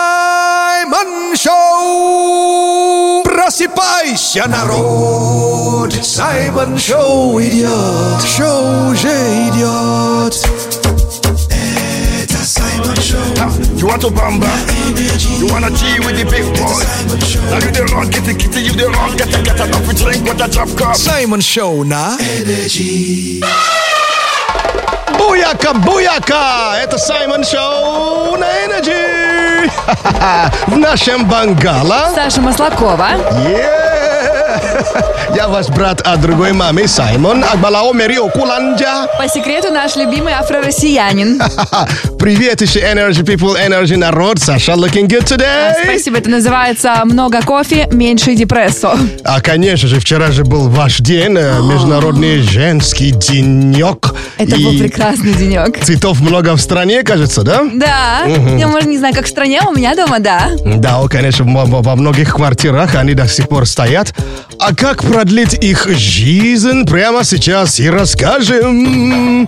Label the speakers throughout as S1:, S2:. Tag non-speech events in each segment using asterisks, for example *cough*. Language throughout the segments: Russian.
S1: Саймон Шоу! Просыпайся, народ! Саймон Шоу идет! Шоу уже идет! Это Саймон Шоу!
S2: You want to bamba? You wanna G with the big boy? Now you the wrong, get the kitty, you the wrong, get the get a coffee drink with a drop cup.
S1: Саймон Шоу на Буяка, буяка! Это Саймон Шоу на Energy! *laughs* В нашем Бангала.
S3: Саша Маслакова.
S1: Я ваш брат от другой мамы, Саймон Акбалао Мерио Куланджа. *laughs*
S3: По секрету наш любимый афро-россиянин.
S1: Привет еще Energy People, Energy народ. Саша, looking good today?
S3: А, Спасибо, это называется «Много кофе, меньше депрессо».
S1: А, конечно же, вчера же был ваш день,
S3: *gasps*
S1: э, Международный женский денек.
S3: Это был прекрасный денек.
S1: Цветов много в стране, кажется, да?
S3: Да, я, может, не знаю, как в стране, а у меня дома, да.
S1: Да, о, конечно, во- во во многих квартирах они до сих пор стоят. А как продлить их жизнь, прямо сейчас и расскажем.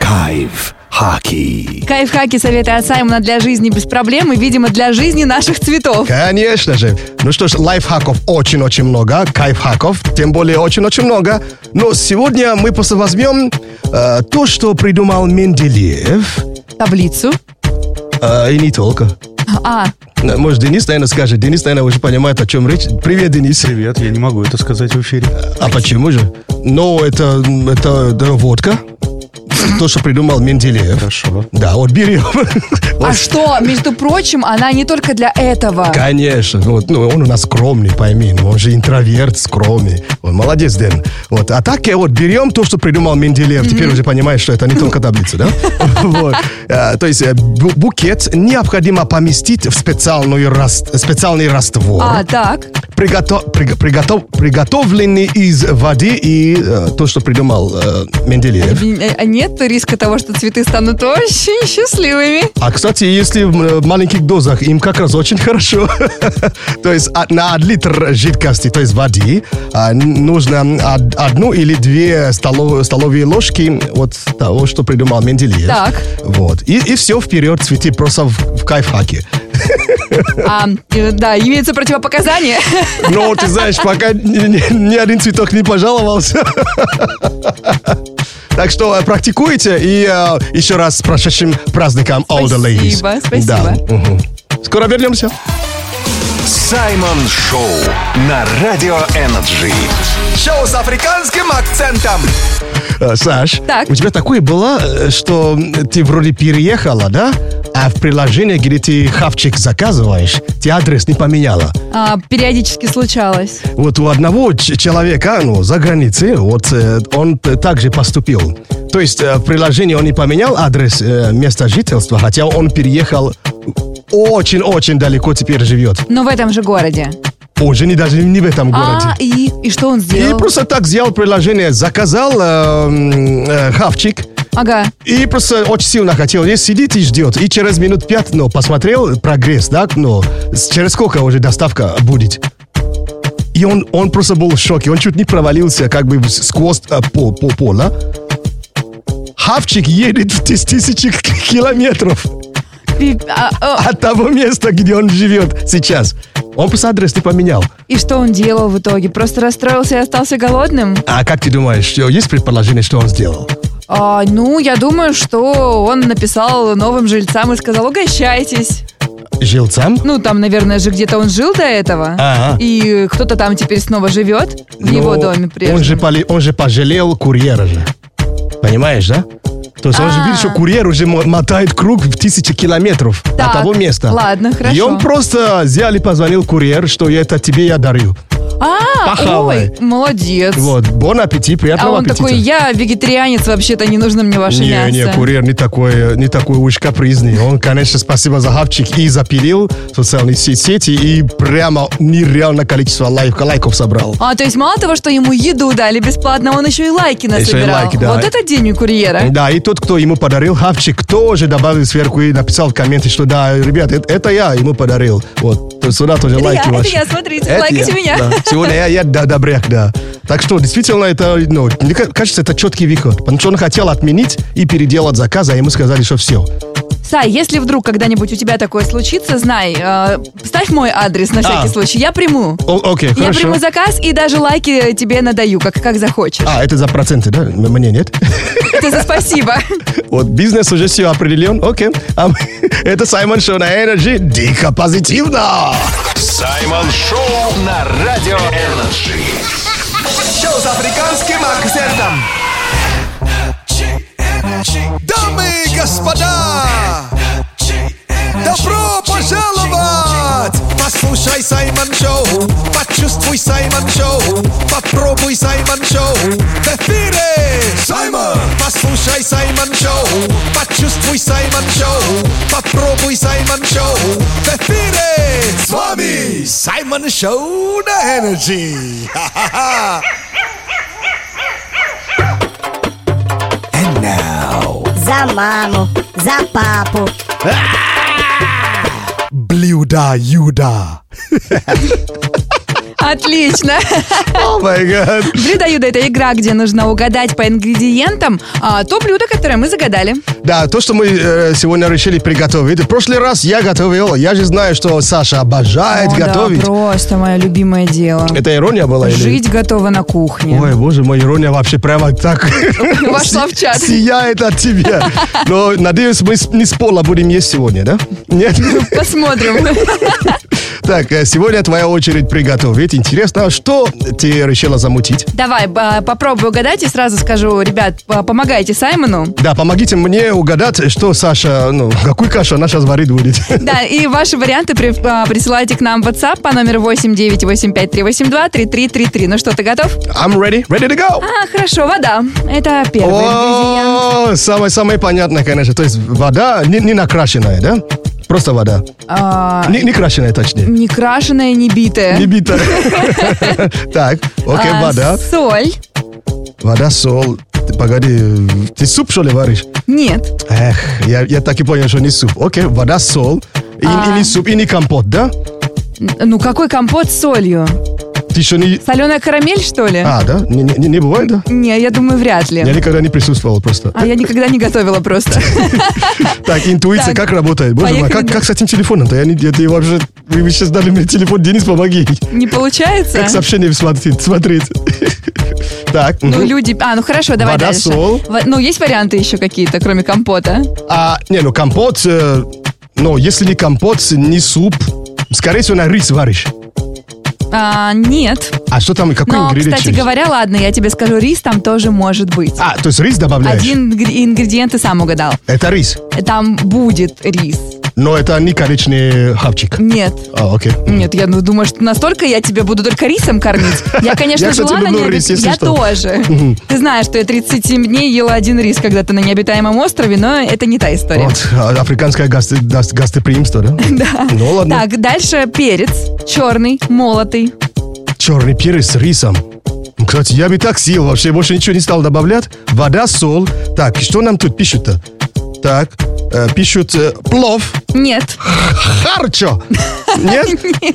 S4: Кайф Хаки.
S3: Кайфхаки советы от Саймона для жизни без проблем и, видимо, для жизни наших цветов.
S1: Конечно же. Ну что ж, лайфхаков очень-очень много, кайфхаков, тем более очень-очень много. Но сегодня мы просто возьмем э, то, что придумал Менделеев,
S3: Таблицу.
S1: э, и не только.
S3: А,
S1: Э, Может, Денис, наверное, скажет. Денис, наверное, уже понимает, о чем речь. Привет, Денис.
S5: Привет, я не могу это сказать в эфире.
S1: А почему же? Ну, это, это, да, водка. То, что придумал Менделеев.
S5: Хорошо.
S1: Да, *laughs* вот берем.
S3: а
S1: Вот,
S3: что, между прочим, она не только для этого.
S1: Конечно. Вот, ну, он у нас скромный, пойми. ну, он же интроверт, скромный. Он молодец, Дэн. Вот. А так э, вот берем то, что придумал Менделеев. Теперь уже понимаешь, что это не только таблица, да? Вот. Э, То есть э, бу- букет необходимо поместить в специальную рас- специальный раствор.
S3: А, так.
S1: пригото- приг- приготов- приготовленный из воды и э, то, что придумал э, Менделеев.
S3: Э, э, Нет риска того, что цветы станут очень счастливыми.
S1: А, кстати, если в м- в маленьких дозах, им как раз очень *laughs* хорошо. То есть от- на 1 литр жидкости, то есть воды, а, н- нужно од- одну или две столо- столовые ложки вот того, что придумал Менделеев.
S3: Так.
S1: Вот. И, все вперед, цветы просто в, в кайфхаке.
S3: А, э, да, имеются противопоказания. *laughs*
S1: Но Ну, ты знаешь, пока ни, ни- ни один цветок не пожаловался. Так что э, практикуйте и э, еще раз с прошедшим праздником All the Ladies.
S3: Спасибо, спасибо.
S1: Да. Мгм. Скоро вернемся.
S4: Саймон Шоу на Радио Энерджи.
S2: Шоу с африканским акцентом.
S1: Э, Саш,
S3: Так.
S1: у тебя такое было, э, что м, ты вроде переехала, да? А в приложении, где ты хавчик заказываешь, ты адрес не поменяла.
S3: А, периодически случалось.
S1: Вот у одного ч- человека, ну, за границей, вот э, он т- так же поступил. То есть э, в приложении он не поменял адрес э, места жительства, хотя он переехал очень-очень далеко теперь живет.
S3: Но в этом же городе.
S1: Уже не даже не в этом городе.
S3: А, и, и что он
S1: И
S3: сделал?
S1: просто так взял приложение, заказал э, м, э, хавчик,
S3: Ага.
S1: и просто очень сильно хотел. И сидит и ждет. И через минут пять, ну, посмотрел прогресс, да, но с- через сколько уже доставка будет. И он, он просто был в шоке. Он чуть не провалился как бы с- сквозь э, по, по пола. Хавчик едет в тыс- тысячи *laughs* к- километров
S3: И, а, а,
S1: от того места, где он живет сейчас. Он просто адрес не поменял.
S3: и что он делал в итоге? Просто расстроился и остался голодным?
S1: А как ты думаешь, что есть предположение, что он сделал?
S3: А, ну, я думаю, что он написал новым жильцам и сказал, угощайтесь.
S1: Жилцам?
S3: Ну, там, наверное же, где-то он жил до этого.
S1: Ага.
S3: И кто-то там теперь снова живет в
S1: Но
S3: его доме прежнем.
S1: Ну, Он же, поле- он же пожалел курьера же. Понимаешь, да? То есть он же
S3: А.
S1: видит, что курьер уже мо- мотает круг в тысячи километров
S3: Так,
S1: от того места.
S3: ладно,
S1: И
S3: хорошо.
S1: он просто взял и позвонил курьер, что я это тебе я дарю.
S3: А,
S1: похавай.
S3: ой, молодец.
S1: Вот, бон аппетит,
S3: А
S1: приятного
S3: он
S1: аппетита.
S3: такой, я вегетарианец, вообще-то не нужно мне ваше
S1: не,
S3: мясо.
S1: не, курьер не такой, не такой уж капризный. Он, конечно, спасибо за хавчик и запилил социальные се- сети и прямо нереальное количество лайк- лайков собрал.
S3: А, то есть мало того, что ему еду дали бесплатно, он еще и лайки насобирал.
S1: лайки, да.
S3: Вот это день у курьера.
S1: Да, и тот, кто ему подарил хавчик, тоже добавил сверху и написал в комменты, что да, ребят, это, это я ему подарил. Вот, то то сюда тоже
S3: Это
S1: лайки
S3: я, это
S1: ваши.
S3: я, смотрите,
S1: Это
S3: лайкайте
S1: я,
S3: меня.
S1: да. Сегодня я, я д- добряк, да. Так что, действительно, это, ну, мне ка- кажется, это четкий выход. Потому что он хотел отменить и переделать заказ, а ему сказали, что все.
S3: Сай, если вдруг когда-нибудь у тебя такое случится, знай, э, ставь мой адрес на всякий случай, я приму.
S1: О- окей,
S3: Я
S1: А. хорошо.
S3: приму заказ и даже лайки тебе надаю, как, как захочешь.
S1: А, это за проценты, да? М- Мне нет. *laughs*
S3: Это за спасибо.
S1: Вот бизнес уже все определен. Окей. А мы- *laughs* это Саймон Шоу на Energy. Дико позитивно.
S4: Саймон Шоу на Радио Энерджи.
S6: Шоу с африканским акцентом. Дамы и господа, добро пожаловать! Послушай Саймон Шоу, почувствуй Саймон Шоу, попробуй Саймон Шоу. В эфире Саймон! Послушай Саймон Шоу, почувствуй Саймон Шоу, попробуй Саймон Шоу. В эфире с вами Саймон Шоу на Энерджи. Ха-ха-ха!
S7: За маму, за папу.
S6: Блюда Юда.
S3: Отлично.
S1: О май гад.
S3: Блюдо Юда это игра, где нужно угадать по ингредиентам а, то блюдо, которое мы загадали.
S1: Да, то, что мы э, сегодня решили приготовить. В прошлый раз я готовил. Я же знаю, что Саша обожает
S3: О, да,
S1: А, готовить.
S3: просто мое любимое дело.
S1: Это ирония была? или-
S3: Жить готова на кухне.
S1: Ой, боже мой, ирония вообще прямо так
S3: *laughs* Вошла в чат.
S1: сияет от тебя. Но, надеюсь, мы с- не с пола будем есть сегодня, да? Нет? *laughs*
S3: Посмотрим.
S1: Так, э, сегодня твоя очередь приготовить. Интересно, а что ты решила замутить?
S3: *laughs* Давай, ба- попробуй угадать и сразу скажу, ребят, п- помогайте Саймону.
S1: Да, помогите мне угадать, что Саша, ну, какую кашу она сейчас варить будет. *laughs*
S3: Да, и ваши варианты при- а, присылайте к нам в WhatsApp по номеру 89853823333. Ну что, ты готов?
S1: I'm ready, ready to go.
S3: А, хорошо, вода. Это первый ингредиент.
S1: О, самое-самое понятное, конечно. То есть вода не, не накрашенная, да? Просто вода.
S3: А,
S1: Не, не крашеная, точнее.
S3: Не крашеная, не битая.
S1: Не
S3: *laughs*
S1: битая. Так, окей,
S3: А,
S1: вода.
S3: Соль.
S1: Вода, соль. Ты, Погоди, э, ты суп, что ли, варишь?
S3: Нет.
S1: Эх, я, я так и понял, что не суп. Окей, вода, соль. И,
S3: А.
S1: и не суп, и не компот, да?
S3: Ну какой компот с солью?
S1: Ты еще не...
S3: Соленая карамель, что ли?
S1: А, да? Не, не- не бывает, да?
S3: Не, я думаю, вряд ли.
S1: Я никогда не присутствовал просто.
S3: А я никогда не
S1: *laughs*
S3: готовила просто.
S1: Так, интуиция
S3: Так,
S1: как работает? Боже мой,
S3: поехали.
S1: как, как с этим телефоном-то? Я, не, я- ты вообще... Вы сейчас дали мне телефон, Денис, помоги.
S3: Не получается?
S1: Как сообщение смотреть? *laughs* смотреть. Так,
S3: Ну,
S1: мгм.
S3: люди... А, ну хорошо, давай
S1: Вода,
S3: дальше.
S1: сол.
S3: Во- Ну, есть варианты еще какие-то, кроме компота?
S1: А, не, ну компот... э, ну, если не компот, не суп, скорее всего, на рис варишь.
S3: А, нет.
S1: А что там, какой
S3: Но,
S1: ингредиент?
S3: кстати
S1: через?
S3: говоря, ладно, я тебе скажу, рис там тоже может быть.
S1: А, то есть рис добавляешь?
S3: Один ингр- ингредиент ты сам угадал.
S1: Это рис,
S3: Там будет рис.
S1: но это не коричный хавчик.
S3: Нет.
S1: А, окей.
S3: Нет, я ну, думаю, что настолько я тебя буду только
S1: *laughs*
S3: рисом кормить. Я, конечно,
S1: Я, кстати,
S3: жила на
S1: люблю
S3: необит-
S1: рис, если
S3: Я
S1: что.
S3: тоже. Ты знаешь, что я 37 дней ела один рис когда-то на необитаемом острове, но это не та история.
S1: Вот, а, африканское гасте- даст- гостеприимство,
S3: *laughs*
S1: да? Да. Ну ладно.
S3: Так, дальше перец. Черный, молотый.
S1: Черный перец с рисом. Кстати, я бы так съел вообще, больше ничего не стал добавлять. Вода, соль. Так, что нам тут пишут-то? Так, э, пишут э, плов,
S3: Нет. *laughs*
S1: харчо. *laughs* Нет?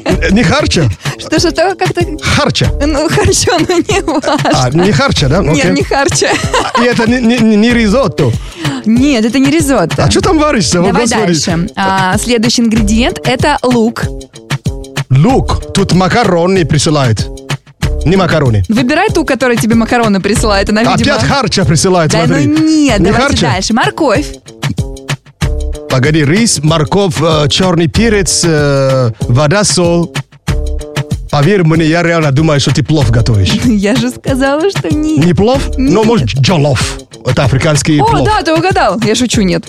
S1: Э, Не харчо?
S3: Что же то как-то...
S1: Харча.
S3: Ну, хорошо, но не важно.
S1: А, не харча, да? Окей.
S3: Нет, не харча.
S1: И это не, не- не- не ризотто.
S3: Нет, это не ризотто.
S1: А что там варишься? О,
S3: Давай
S1: Господи.
S3: дальше. А, следующий ингредиент – это лук.
S1: Лук. Тут макароны присылают. Не макароны.
S3: Выбирай ту, которая тебе макароны присылает. Она, видимо...
S1: Опять харча присылает,
S3: Да, ну
S1: смотри.
S3: нет,
S1: не
S3: давайте
S1: харча?
S3: дальше. Морковь. *laughs*
S1: Погоди, рис, морковь, э, черный перец, э, вода, соль. Поверь мне, я реально думаю, что ты плов готовишь.
S3: Я же сказала, что нет.
S1: Не плов, но
S3: Нет.
S1: может джолов. Это африканский
S3: О,
S1: плов.
S3: да, ты угадал. Я
S1: *laughs*
S3: шучу, нет.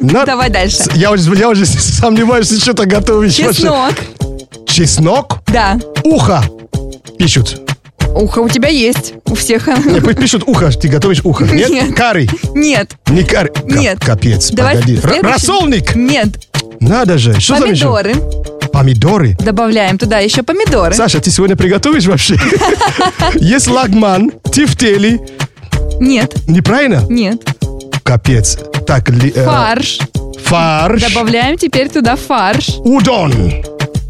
S1: На-
S3: Давай дальше.
S1: С- Я уже, я уже *laughs* сомневаюсь, ты что-то готовишь. вообще.
S3: Чеснок.
S1: Чеснок?
S3: Да.
S1: Ухо. Пишут.
S3: Ухо у тебя есть. У всех.
S1: Не, пу- пишут ухо, ты готовишь
S3: *laughs*
S1: ухо. Нет?
S3: Нет.
S1: Карри.
S3: *laughs* Нет.
S1: Не карри. Кап-
S3: Нет.
S1: Капец,
S3: Давай
S1: погоди. Р-
S3: следующий.
S1: рассольник.
S3: Нет.
S1: Надо же. Что за мешок?
S3: Помидоры.
S1: Помидоры.
S3: Добавляем туда еще помидоры.
S1: Саша, ты сегодня приготовишь
S3: *laughs*
S1: вообще? Есть лагман, тифтели.
S3: Нет.
S1: Неправильно?
S3: Нет.
S1: Капец. Так, ли- э,
S3: Фарш.
S1: фарш.
S3: Добавляем теперь туда фарш.
S1: Удон.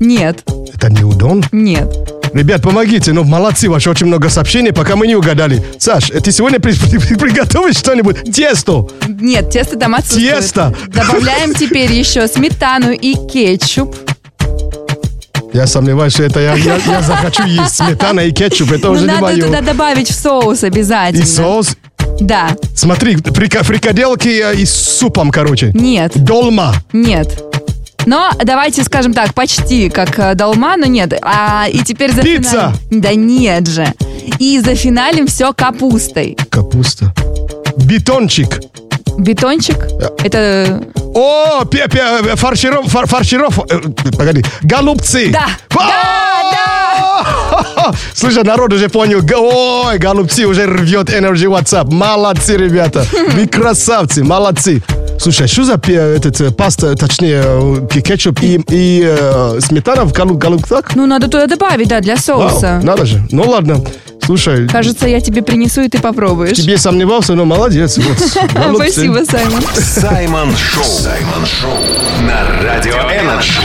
S3: Нет,
S1: Это не удон?
S3: нет.
S1: Ребят, помогите, ну молодцы, ваше очень много сообщений, пока мы не угадали. Саш, э, ты сегодня при- при- при- приготовишь что-нибудь? Тесто!
S3: Нет, тесто там отсутствует.
S1: Тесто!
S3: Добавляем теперь еще сметану и кетчуп.
S1: Я сомневаюсь, что это я, я- я захочу есть сметана и кетчуп, это
S3: Ну,
S1: уже не
S3: надо
S1: мое.
S3: туда добавить в соус обязательно.
S1: И соус.
S3: Да.
S1: Смотри, фрика- фрикаделки э, и с супом, короче.
S3: Нет,
S1: Долма.
S3: нет. Но давайте скажем так, почти как э, долма, но нет. А и теперь за
S1: Пицца!
S3: Да нет же. И зафиналим все капустой.
S1: Капуста. Бетончик.
S3: Бетончик.
S1: Э.
S3: Это
S1: О, пе- пе- э, фарширов, фар- фарширов, э, погоди, голубцы.
S3: Да.
S1: Да, да. *laughs* Слушай, народ уже понял. Г- Ой, голубцы уже рвет Energy WhatsApp. Молодцы,
S3: *laughs*
S1: ребята. Вы красавцы, молодцы. Слушай, а что за пе- этот, э, паста, точнее, э, к- кетчуп и, и, э, сметана в голуб- голубцах?
S3: ну надо туда добавить, да, для
S1: Вау,
S3: соуса.
S1: надо же. Ну ладно. Слушай,
S3: Кажется, я тебе принесу и ты попробуешь.
S1: тебе сомневался, но молодец. Вот,
S3: *laughs*
S1: голубцы.
S3: Спасибо, Саймон.
S4: Саймон Шоу. Саймон Шоу на Радио Энерджи.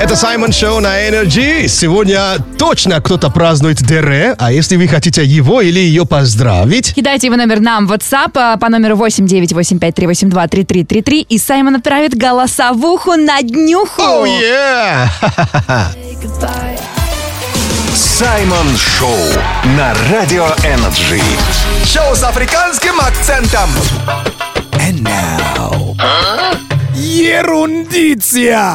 S1: Это Саймон Шоу на Energy. Сегодня точно кто-то празднует ДР, а если вы хотите его или ее поздравить,
S3: Кидайте его номер нам в WhatsApp а, по номеру 89853823333 и Саймон отправит голосовуху на днюху.
S1: Оу, е!
S4: Саймон Шоу на Радио Энерджи.
S6: Шоу с африканским акцентом. And now... Ерундиция!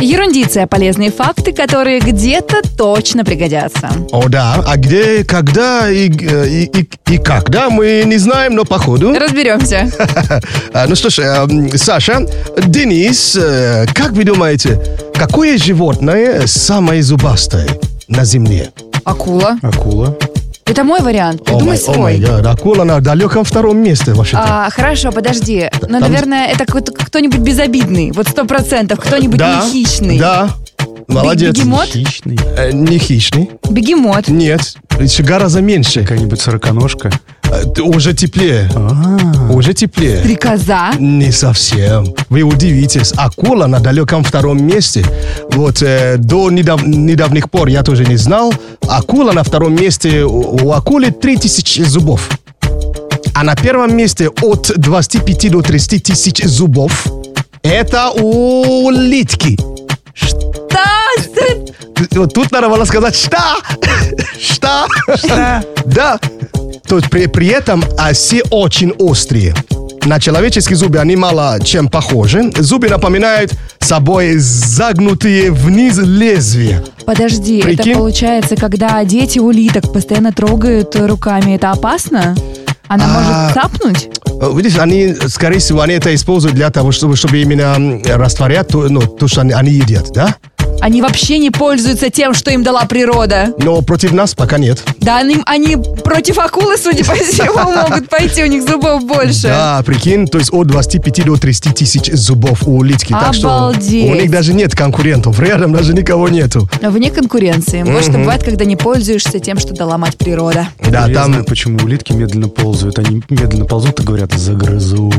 S3: Ерундиция. Полезные факты, которые где-то точно пригодятся.
S1: О, да. А где, когда и, э, и, и- и как, да, мы не знаем, но походу.
S3: Разберемся.
S1: А, *laughs* Ну что ж, э, м, Саша, Денис, э, как вы думаете, какое животное самое зубастое на земле?
S3: Акула.
S5: Акула.
S3: Это мой вариант. Придумай
S1: О май
S3: свой.
S1: гад, акула на далеком втором месте вообще-то.
S3: А, хорошо, подожди.
S1: Там-
S3: Но, наверное, это какой-то- кто-нибудь безобидный. Вот сто процентов. Кто-нибудь
S1: да,
S3: не хищный.
S1: Да, молодец.
S3: бегемот?
S5: Хищный.
S1: Э, не хищный.
S3: Бегемот.
S1: Нет, еще гораздо меньше.
S5: Какая-нибудь сороконожка.
S1: Э, т- Уже теплее. Уже теплее.
S3: Стрекоза.
S1: Не совсем. Вы удивитесь. Акула на далеком втором месте. Вот э, до недав- недавних пор я тоже не знал. Акула на втором месте. У, у акулы 3000 зубов. А на первом месте от 25 до 30 тысяч зубов. Это у литки.
S3: Да, стр-
S1: Т- вот Тут надо было сказать «что?» *laughs* «Что?» *laughs* Да. То есть при, при этом а, все очень острые. На человеческие зубы они мало чем похожи. Зубы напоминают собой загнутые вниз лезвия.
S3: Подожди,
S1: Прикинь?
S3: это получается, когда дети улиток постоянно трогают руками, это опасно? Она
S1: А.
S3: может цапнуть?
S1: Э, Видишь, они, скорее всего, они это используют для того, чтобы, чтобы именно м, растворять то, ну, то, что они, они едят, да?
S3: Они вообще не пользуются тем, что им дала природа.
S1: Но против нас пока нет.
S3: Да, они, они против акулы, судя
S1: *laughs*
S3: по всему, могут пойти, у них зубов больше.
S1: Да, прикинь, то есть от 25 до 30 тысяч зубов у улитки. Так что
S3: Обалдеть.
S1: у них даже нет конкурентов, рядом даже никого нету.
S3: Вне конкуренции. Вот что бывает, когда не пользуешься тем, что дала
S1: *laughs*
S3: мать природа.
S1: Да,
S5: Я
S1: там...
S5: знаю, почему улитки медленно ползают. Они медленно ползут и говорят «загрызу».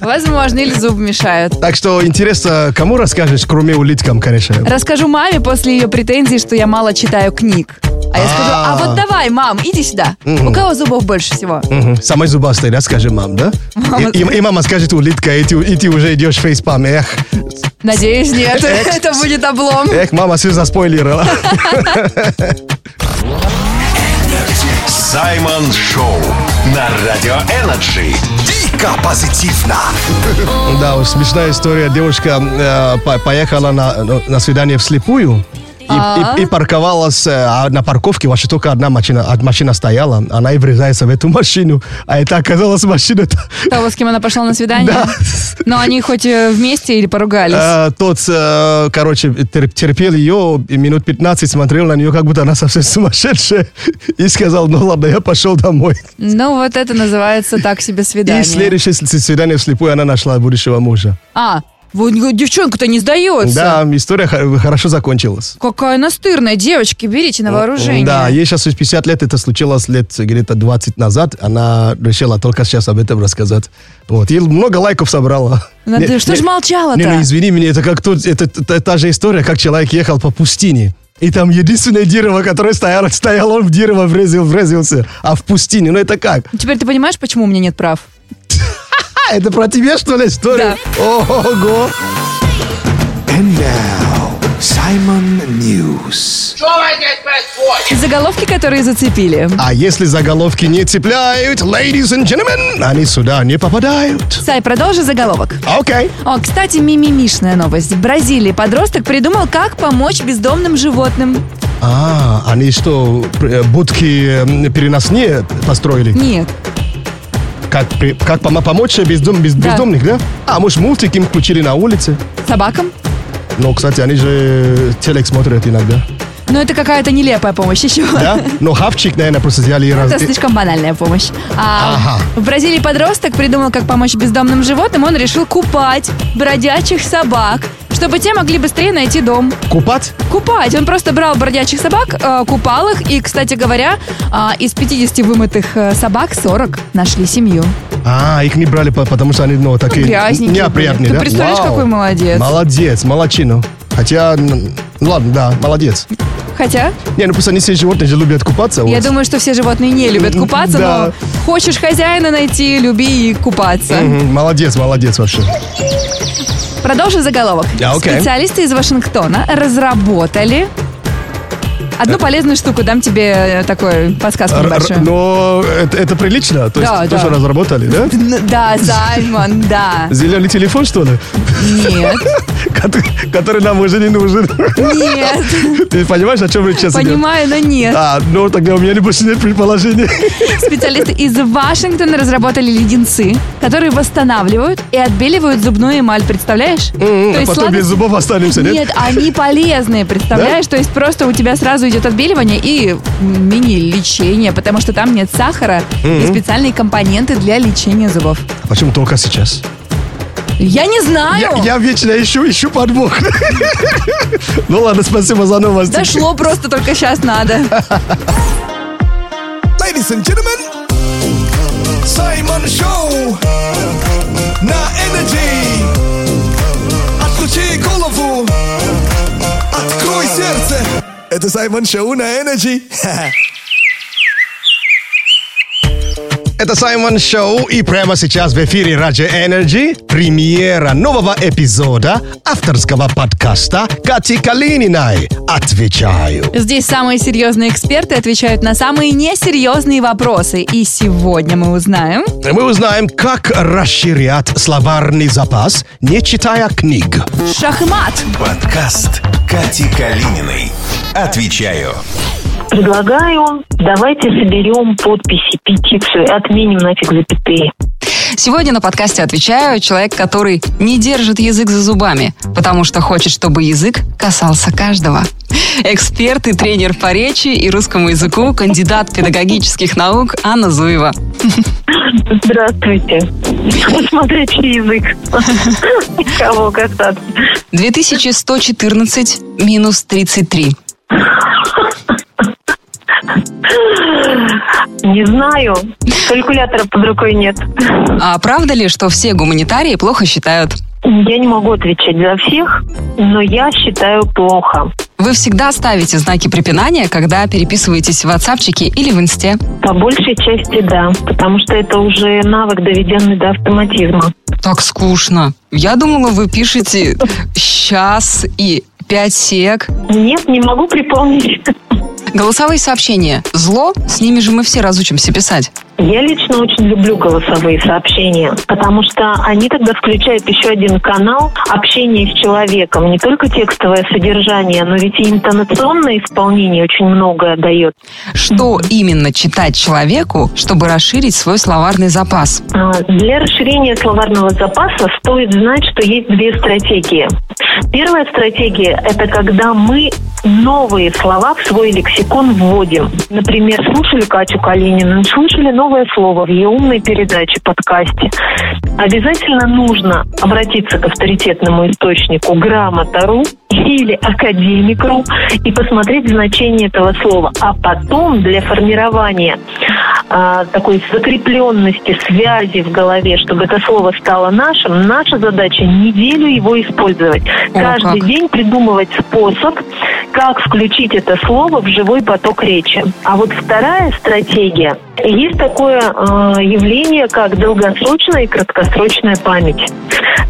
S3: Возможно, или зубы мешают.
S1: Так что интересно, кому расскажешь, кроме улиткам, конечно.
S3: Расскажу маме после ее претензий, что я мало читаю книг. А я скажу, а вот давай, мам, иди сюда. У кого зубов больше всего?
S1: Мгм. Самой зубастой, да, скажи мам, да?
S3: Мама-
S1: И, и- и мама скажет улитка, и ты, и ты уже идешь в фейспам. Эх,
S3: Надеюсь, нет.
S1: Э,
S3: *laughs* Это будет облом.
S1: эх, мама все заспойлерила.
S4: Саймон Шоу на Радио Энерджи.
S1: Да, уж смешная история. Девушка э, по- поехала на, ну, на свидание вслепую. И, и- и парковалась э, а на парковке, вообще только одна машина, од- машина стояла, она и врезается в эту машину, а это оказалась машина
S3: Того, с кем она пошла на
S1: *laughs*
S3: свидание?
S1: Да.
S3: Но они хоть э, вместе или поругались?
S1: Э, тот, э, короче, тер- терпел ее, и минут 15 смотрел на нее, как будто она совсем сумасшедшая, *laughs* и сказал, ну ладно, я пошел домой.
S3: Ну, вот это называется так себе
S1: И
S3: свидание.
S1: следующее с- свидание вслепую она нашла будущего мужа.
S3: А, Вот девчонка-то не сдается.
S1: Да, история хо- хорошо закончилась.
S3: Какая настырная. Девочки, берите на вооружение.
S1: Да, ей сейчас 50 лет, это случилось лет где-то 20 назад. Она решила только сейчас об этом рассказать. Вот. И много лайков собрала.
S3: Надо-
S1: Не-
S3: Ну, что ж
S1: не-
S3: молчала-то?
S1: Не, ну извини меня, это как тут, это, та- та же история, как человек ехал по пустине. И там единственное дерево, которое стояло, стоял он в дерево врезал, врезался. А в пустине, ну это как?
S3: Теперь ты понимаешь, почему у меня нет прав?
S1: А, это про тебя, что ли, история? Ого!
S6: And now, Simon News.
S3: Заголовки, которые зацепили.
S1: А если заголовки не цепляют, ladies and gentlemen, они сюда не попадают.
S3: Сай, продолжи заголовок.
S1: Окей.
S3: О, кстати, мимимишная новость. В Бразилии подросток придумал, как помочь бездомным животным.
S1: А, они что, пр- э, будки э, переносные построили?
S3: Нет.
S1: Как, при- как помо- помочь бездом, без-
S3: Да.
S1: бездомных, да? А, может, мультик им включили на улице?
S3: Собакам?
S1: Но, кстати, они же телек смотрят иногда.
S3: Но это какая-то нелепая помощь еще.
S1: Да? Но хавчик, наверное, просто взяли и раз...
S3: Это слишком банальная помощь. А
S1: Ага.
S3: В Бразилии подросток придумал, как помочь бездомным животным. Он решил купать бродячих собак, чтобы те могли быстрее найти дом.
S1: Купать?
S3: Купать. Он просто брал бродячих собак, э, купал их. И, кстати говоря, а, из 50 вымытых э, собак 40 нашли семью.
S1: А, их не брали, по- потому что они, ну, такие
S3: грязненькие были.
S1: неопрятные,
S3: Ты
S1: да?
S3: представляешь, какой молодец?
S1: Молодец, молодчина. Хотя, н- ну, ладно, да, молодец.
S3: Хотя,
S1: Не, ну просто не все животные же любят купаться.
S3: я
S1: вот.
S3: думаю, что все животные не любят купаться,
S1: Да.
S3: но хочешь хозяина найти, люби и купаться.
S1: Мгм, Молодец, молодец вообще.
S3: Продолжи заголовок.
S1: Да, окей.
S3: Специалисты из Вашингтона разработали одну полезную штуку. Дам тебе э, такую подсказку
S1: Р- р-
S3: небольшую.
S1: Но это, это прилично, то есть
S3: Да,
S1: то,
S3: да.
S1: что разработали, да?
S3: Н- Да, Саймон, да.
S1: Зеленый телефон, что ли? *laughs*
S3: Нет,
S1: Кот- Который нам уже не нужен. *laughs*
S3: нет.
S1: Ты понимаешь, о чем речь сейчас идет?
S3: Понимаю, но нет.
S1: А, ну тогда у меня больше нет предположений.
S3: Специалисты из Вашингтона разработали леденцы, которые восстанавливают и отбеливают зубную эмаль, представляешь? То
S1: *laughs* А потом
S3: есть
S1: без
S3: сладость-
S1: зубов останемся, нет?
S3: Нет, они полезные, представляешь? То есть просто у тебя сразу идет отбеливание и мини-лечение, потому что там нет сахара и специальные компоненты для лечения зубов.
S1: А Почему только сейчас?
S3: Я не знаю!
S1: Я, я вечно ищу, ищу подвох. *laughs* Ну ладно, спасибо за новости. *laughs*
S3: Дошло просто только сейчас надо.
S6: Ladies and gentlemen, Саймон Шоу на Energy. Отключи голову, открой сердце. Это Саймон Шоу на Energy.
S1: Это Саймон Шоу, и прямо сейчас в эфире Раджа Energy премьера нового эпизода авторского подкаста Кати Калининой «Отвечаю».
S3: Здесь самые серьезные эксперты отвечают на самые несерьезные вопросы. И сегодня мы узнаем...
S1: И Мы узнаем, как расширять словарный запас, не читая книг.
S3: Шахмат!
S4: Подкаст Кати Калининой. Отвечаю.
S8: Предлагаю, давайте соберем подписи, петицию, и отменим нафиг запятые.
S9: Сегодня на подкасте отвечаю человек, который не держит язык за зубами, потому что хочет, чтобы язык касался каждого. Эксперт и тренер по речи и русскому языку, кандидат педагогических наук Анна Зуева.
S8: Здравствуйте. Смотря чей язык. Кого касаться.
S9: 2114 минус 33.
S8: Не знаю. Калькулятора под рукой нет.
S9: А правда ли, что все гуманитарии плохо считают?
S8: Я не могу отвечать за всех, но я считаю плохо.
S9: Вы всегда ставите знаки препинания, когда переписываетесь в ватсапчике или в инсте.
S8: По большей части да, потому что это уже навык, доведенный до автоматизма.
S9: Так скучно. Я думала, вы пишете «сейчас» и «пять сек».
S8: Нет, не могу припомнить.
S9: Голосовые сообщения. Зло, с ними же мы все разучимся писать.
S8: Я лично очень люблю голосовые сообщения, потому что они тогда включают еще один канал общения с человеком. Не только текстовое содержание, но ведь и интонационное исполнение очень многое дает.
S9: Что именно читать человеку, чтобы расширить свой словарный запас?
S8: А, Для расширения словарного запаса стоит знать, что есть две стратегии. Первая стратегия – это когда мы новые слова в свой лексикон вводим. Например, слушали Катю Калинину, слушали, но новое слово в ее умной передаче, подкасте. Обязательно нужно обратиться к авторитетному источнику грамотару или академику и посмотреть значение этого слова. А потом для формирования а, такой закрепленности, связи в голове, чтобы это слово стало нашим, наша задача неделю его использовать.
S9: О,
S8: Каждый
S9: как.
S8: день придумывать способ, как включить это слово в живой поток речи. А вот вторая стратегия. Есть такое э, явление, как долгосрочная и краткосрочная память.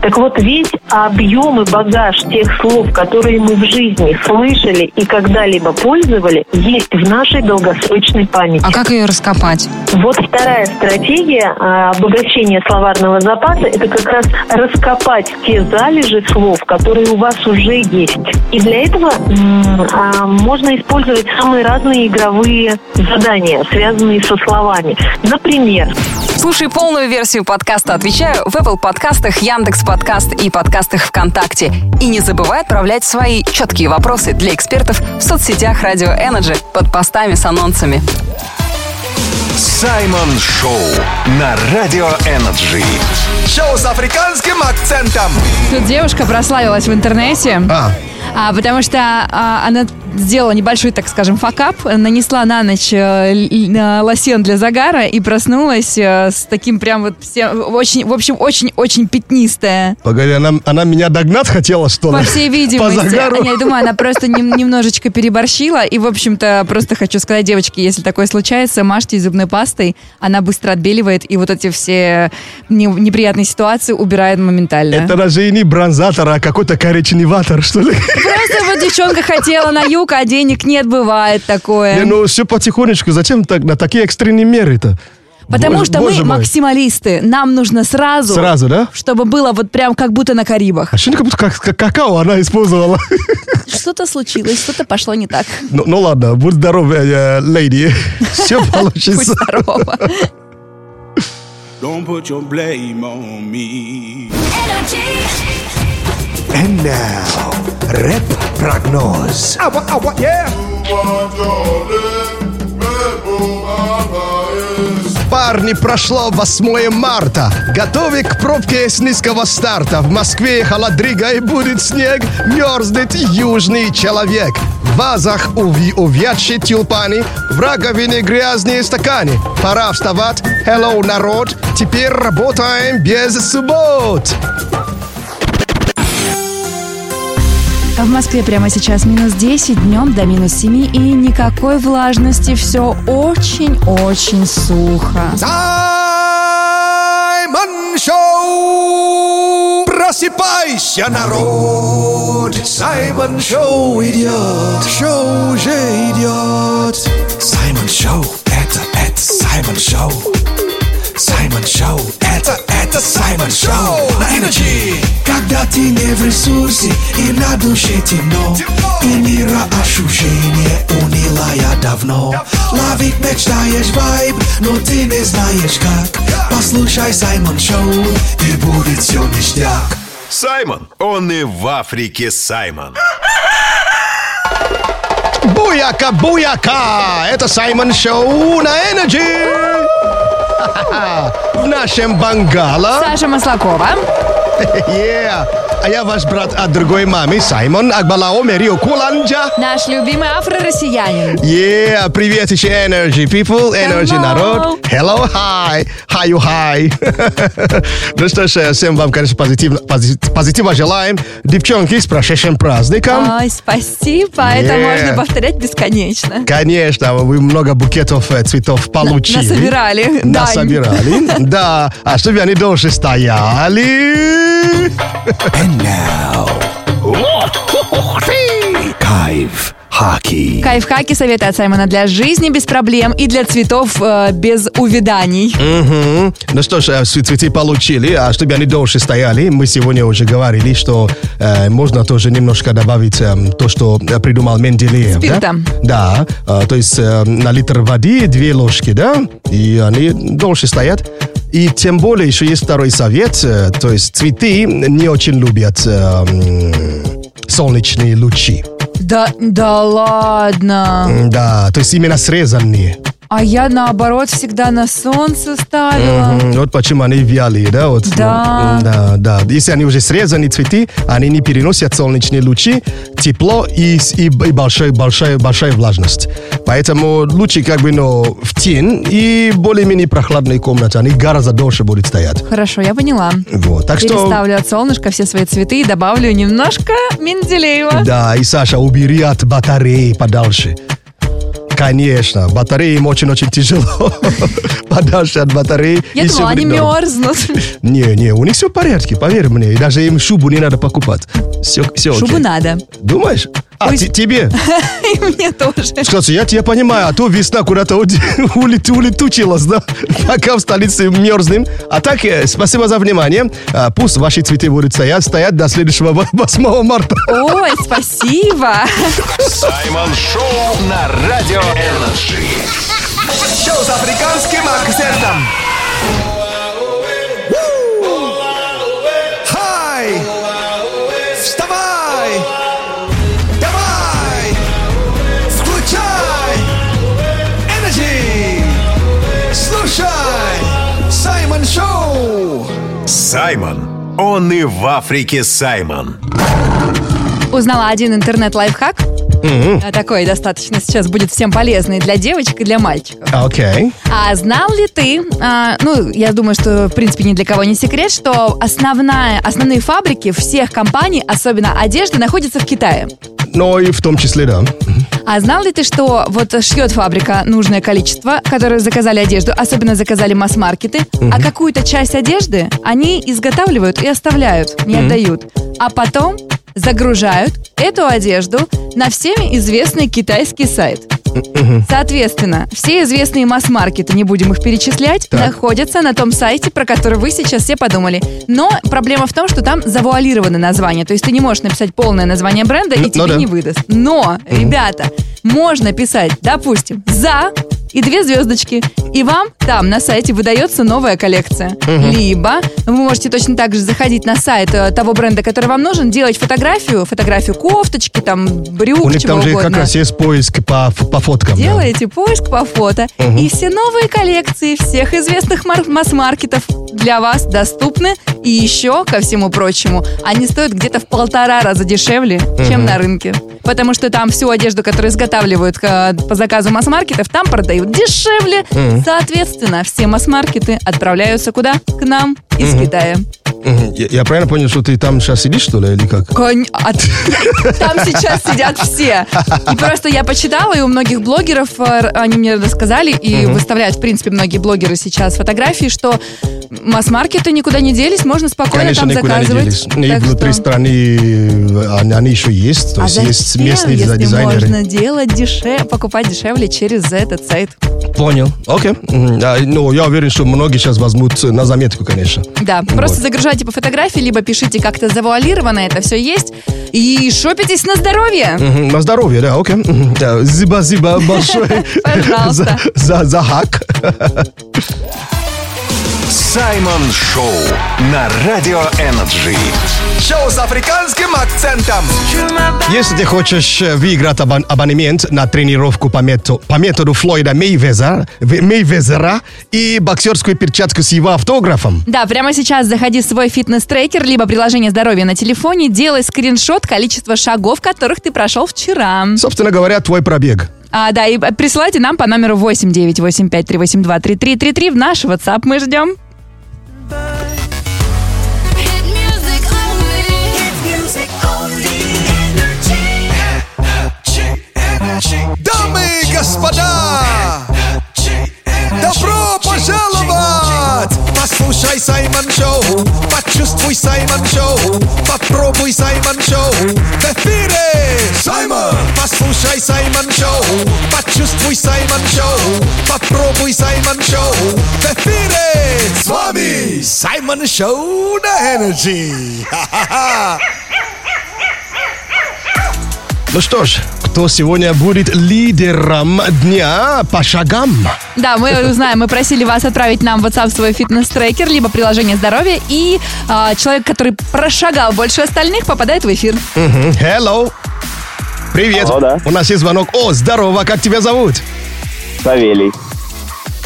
S8: Так вот, весь объем и багаж тех слов, которые мы в жизни слышали и когда-либо пользовали, есть в нашей долгосрочной памяти.
S9: А как ее раскопать?
S8: Вот вторая стратегия а, обогащения словарного запаса – это как раз раскопать те залежи слов, которые у вас уже есть. И для этого м, а, можно использовать самые разные игровые задания, связанные со словами. Например,
S9: Слушай полную версию подкаста «Отвечаю» в Apple подкастах, Яндекс подкаст и подкастах ВКонтакте. И не забывай отправлять свои четкие вопросы для экспертов в соцсетях Радио Energy под постами с анонсами.
S4: Саймон Шоу на Радио Энерджи.
S6: Шоу с африканским акцентом.
S3: Тут девушка прославилась в интернете.
S1: А.
S3: А, потому что а, она сделала небольшой, так скажем, факап, нанесла на ночь э, л- л- э, лосьон для загара и проснулась э, с таким прям вот всем, очень, в общем, очень-очень пятнистая.
S1: Погоди, она, она меня догнать хотела, что ли?
S3: По всей
S1: По
S3: видимости.
S1: загару.
S3: Я думаю, она просто нем- немножечко переборщила. И, в общем-то, просто хочу сказать, девочки, если такое случается, мажьте зубной пастой. Она быстро отбеливает, и вот эти все не- неприятные ситуации убирает моментально.
S1: Это даже и не бронзатор, а какой-то коричневатор, что ли?
S3: Просто вот девчонка хотела на юг, а денег нет, бывает
S1: Не,
S3: такое.
S1: ну все потихонечку. Зачем так, на такие экстренные меры-то?
S3: Потому
S1: Боже-
S3: что
S1: боже
S3: мы
S1: мой.
S3: максималисты. Нам нужно сразу,
S1: Сразу, да?
S3: чтобы было вот прям как будто на Карибах.
S1: А что как будто как- как какао она использовала? *laughs*
S3: Что-то случилось, что-то пошло не так.
S1: Ну, ну ладно, будь здоров, э, э, леди. *laughs* Все
S3: Будь
S1: получится.
S3: здорова.
S2: Don't put your blame on me.
S6: And now, рэп-прогноз. Ава, ава, yeah.
S1: А, Парни, прошло 8 марта. Готовы к пробке с низкого старта. В Москве холодрыга и будет снег. Мерзнет южный человек. В вазах уви увядшие тюльпаны. В раковине грязные стаканы. Пора вставать. Hello, народ. Теперь работаем без суббот.
S3: А В Москве прямо сейчас минус 10, днем до минус 7 и никакой влажности. Все очень-очень сухо.
S6: Саймон Шоу! Просыпайся, народ! Саймон Шоу идет! Шоу уже идет! Саймон Шоу! Это, это Саймон Шоу! Саймон Шоу! Это, это Саймон Шоу! На Energy! Когда ты не в ресурсе и на душе темно, и мира ощущение унила я давно. Ловить мечтаешь вайб, но ты не знаешь как. Послушай Саймон Шоу, и будет все ништяк.
S4: Саймон, он и в Африке Саймон.
S1: Буяка, буяка! Это Саймон Шоу на Energy! *laughs* В нашем Бангала.
S3: Саша Маслакова.
S1: Yeah. А я ваш брат от другой мамы, Саймон Акбалаоме Рио Куланджа.
S3: Наш любимый афро-россиянин.
S1: Yeah, привет еще Energy People, Energy
S3: Hello.
S1: народ. Hello, hi, hi, *laughs* you, hi. ну что ж, э, всем вам, конечно, позитивно, пози- позитива желаем. Девчонки, с прошедшим праздником.
S3: Ой, спасибо, это
S1: Yeah.
S3: можно повторять бесконечно.
S1: Конечно, вы много букетов э, цветов получили.
S3: насобирали, да.
S1: Насобирали,
S3: *laughs*
S1: да. А чтобы они дольше стояли.
S6: Кайф, хаки.
S3: Кайфхаки советы от Саймона для жизни без проблем и для цветов э, без увяданий.
S1: Мгм. Ну что ж, э, цве- цветы получили, а чтобы они дольше стояли, мы сегодня уже говорили, что э, можно тоже немножко добавить эм, то, что э, придумал Менделеев.
S3: Спирта.
S1: Да, да э, то есть э, на литр воды две ложки, да, и они дольше стоят. И тем более еще есть второй совет, э, то есть цветы не очень любят э, м, солнечные лучи.
S3: Да, да ладно.
S1: М, Да, то есть именно срезанные.
S3: А я, наоборот, всегда на солнце ставила.
S1: Мгм, Вот почему они вялые, да? Вот, ну,
S3: Да.
S1: м, да, да. Если они уже срезаны цветы, они не переносят солнечные лучи, тепло и, с- и, б- и большая, большая, большая влажность. Поэтому лучи как бы ну, в тень и более-менее прохладной комнате. Они гораздо дольше будут стоять.
S3: Хорошо, я поняла.
S1: Вот, так что...
S3: Переставлю от солнышка все свои цветы и добавлю немножко Менделеева.
S1: Да, и Саша, убери от батареи подальше. Конечно, батареи им очень-очень *laughs* тяжело. Подальше от батареи.
S3: Я
S1: и всё
S3: думала, они
S1: будет норм.
S3: мерзнут.
S1: Не, не, у них все в порядке, поверь мне. И даже им шубу не надо покупать. Все, все
S3: Шубу надо.
S1: Думаешь? А,
S3: Ой.
S1: те- тебе?
S3: И мне тоже.
S1: Кстати, я тебя понимаю, а то весна куда-то уди- *laughs* улет- улетучилась, да? *laughs* Пока в столице мерзнем. А так, э, спасибо за внимание. А, Пусть ваши цветы будут стоять, стоять до следующего во- 8 марта.
S3: Ой, спасибо.
S4: Саймон Шоу на Радио Энерджи.
S6: Шоу с африканским акцентом.
S1: А,
S6: Ву! Хай! Вставай! Давай! Включай! Энерджи! Слушай! Саймон Шоу!
S4: Саймон. Он и в Африке Саймон.
S3: Узнала один интернет-лайфхак. А, Такой достаточно сейчас будет всем полезный для девочек и для мальчиков.
S1: Окей.
S3: А знал ли ты, а, ну, я думаю, что, в принципе, ни для кого не секрет, что основная, основные фабрики всех компаний, особенно одежды, находятся в Китае.
S1: Ну и в том числе, да.
S3: А знал ли ты, что вот шьет фабрика нужное количество, которые заказали одежду, особенно заказали масс-маркеты, а какую-то часть одежды они изготавливают и оставляют, не отдают. А потом загружают эту одежду на всеми известный китайский сайт. Соответственно, все известные масс-маркеты, не будем их перечислять,
S1: Так.
S3: находятся на том сайте, про который вы сейчас все подумали. Но проблема в том, что там завуалировано название. То есть ты не можешь написать полное название бренда, и
S1: Ну, ну
S3: тебе
S1: да.
S3: не выдаст. Но, ребята, можно писать, допустим, за и две звездочки. И вам там на сайте выдается новая коллекция. Либо вы можете точно так же заходить на сайт э, того бренда, который вам нужен, делать фотографию, фотографию кофточки, там, брюк,
S1: У них
S3: чего
S1: там же
S3: угодно.
S1: как раз есть поиск по, ф- по фоткам. да.
S3: Делаете поиск по фото, и все новые коллекции всех известных мар- масс-маркетов для вас доступны. И еще, ко всему прочему, они стоят где-то в полтора раза дешевле, чем на рынке. Потому что там всю одежду, которую изготавливают э, по заказу масс-маркетов, там продают дешевле. Соответственно, все масс-маркеты отправляются куда? К нам из Китая.
S1: Мгм. Я, я правильно понял, что ты там сейчас сидишь, что ли, или как?
S3: Конь- а т- *laughs* Там сейчас сидят все. И просто я почитала, и у многих блогеров, э, р- они мне рассказали, и выставляют, в принципе, многие блогеры сейчас фотографии, что масс-маркеты никуда не делись, можно спокойно
S1: Конечно,
S3: там
S1: никуда не
S3: заказывать.
S1: делись. И
S3: Так
S1: внутри
S3: что-
S1: страны э, они, они еще есть. То
S3: а
S1: есть
S3: зачем,
S1: есть местные
S3: если
S1: дизайнеры.
S3: можно делать дешевле, покупать дешевле через этот сайт?
S1: Понял. Окей. М, да, ну, я уверен, что многие сейчас возьмут э, на заметку, конечно.
S3: Да, просто загружайте по фотографии, либо пишите как-то завуалированно, это все есть. И шопитесь на здоровье!
S1: Мгм, На здоровье, да, окей. Мгм, да.
S3: *laughs*
S1: Зиба-зиба большой.
S3: Пожалуйста.
S1: *laughs* За, за, за хак.
S4: Саймон Шоу на Радио Энерджи.
S6: Шоу с африканским акцентом!
S1: Если ты хочешь э, выиграть абон- абонемент на тренировку по, мето- по методу Флойда Мейвезера, В- Мейвезера и боксерскую перчатку с его автографом,
S3: Да, прямо сейчас заходи в свой фитнес-трекер, либо приложение здоровья на телефоне, делай скриншот количества шагов, которых ты прошел вчера.
S1: собственно говоря, твой пробег.
S3: А, да, и э, присылайте нам по номеру 89853823333 в наш WhatsApp мы ждем.
S2: Hit music only. Hit music only. Energy. Energy. Energy.
S6: Дамы и господа! Добро пожаловать! Послушай Саймон Шоу, почувствуй Саймон Шоу, попробуй Саймон Шоу. В эфире Саймон! Послушай Саймон Шоу, почувствуй Саймон Шоу, попробуй Саймон Шоу. В эфире с вами Саймон Шоу на Energy. Ха-ха-ха!
S1: Ну что ж, кто сегодня будет лидером дня по шагам?
S3: Да, мы узнаем, мы просили вас отправить нам в WhatsApp свой фитнес-трекер, либо приложение здоровья, и а, человек, который прошагал больше остальных, попадает в эфир.
S1: Мгм. Hello. Привет.
S10: Алло, да.
S1: У нас есть звонок. О, здорово, как тебя зовут?
S10: Савелий.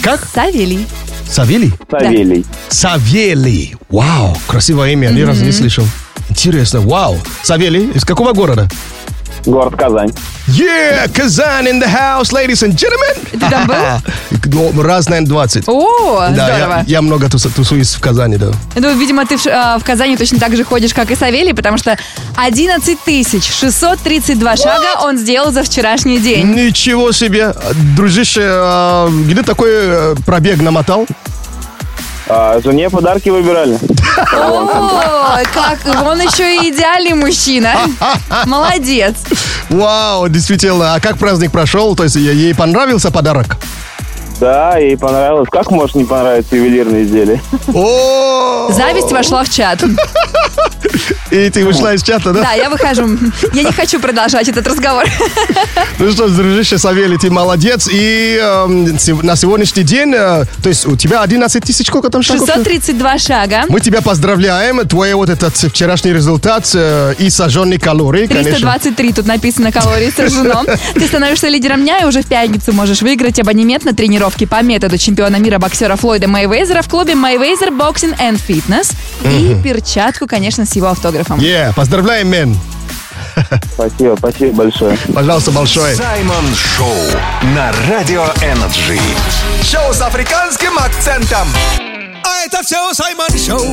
S1: Как?
S3: Савелий.
S1: Савелий?
S10: Савелий.
S1: Савелий. Вау, красивое имя, ни разу не слышал. Интересно, вау. Савелий, из какого города?
S10: Город Казань.
S1: Yeah, Казань in the house, ladies and gentlemen.
S3: Ты там
S1: *laughs* был? Раз, наверное, 20. да,
S3: О,
S1: я-
S3: здорово.
S1: Я, много тус- тусуюсь в Казани, да.
S3: Ну, видимо, ты в, Ш- э, в Казани точно так же ходишь, как и Савелий, потому что 11 632 шага он сделал за вчерашний день.
S1: Ничего себе. Дружище, а, где такой э, пробег намотал?
S10: А, жене подарки выбирали.
S3: О, как он еще и идеальный мужчина. Молодец.
S1: Вау, действительно. А как праздник прошел? То есть е- ей понравился подарок?
S10: Да, ей понравилось. Как может не понравиться ювелирные изделия?
S1: О,
S3: Зависть вошла в чат.
S1: и ты вышла из чата, да?
S3: Да, я выхожу. Я не хочу продолжать этот разговор.
S1: Ну что ж, дружище Савелий, ты молодец. И эм, се- на сегодняшний день, э, то есть у тебя 11 тысяч, сколько там шагов?
S3: 632 шага.
S1: Мы тебя поздравляем. Твой вот этот вчерашний результат э, и сожженный калорий, конечно.
S3: 323 тут написано калорий сожжено. Ты становишься лидером дня и уже в пятницу можешь выиграть абонемент на тренировки по методу чемпиона мира боксера Флойда Мэйвейзера в клубе Мэйвейзер Boxing and Fitness и перчатку, конечно, с его автографом.
S1: Yeah, поздравляем, мен.
S10: Спасибо, спасибо большое.
S1: Пожалуйста, большое.
S4: Саймон Шоу на Радио Энерджи.
S6: Шоу с африканским акцентом. А это все Саймон Шоу.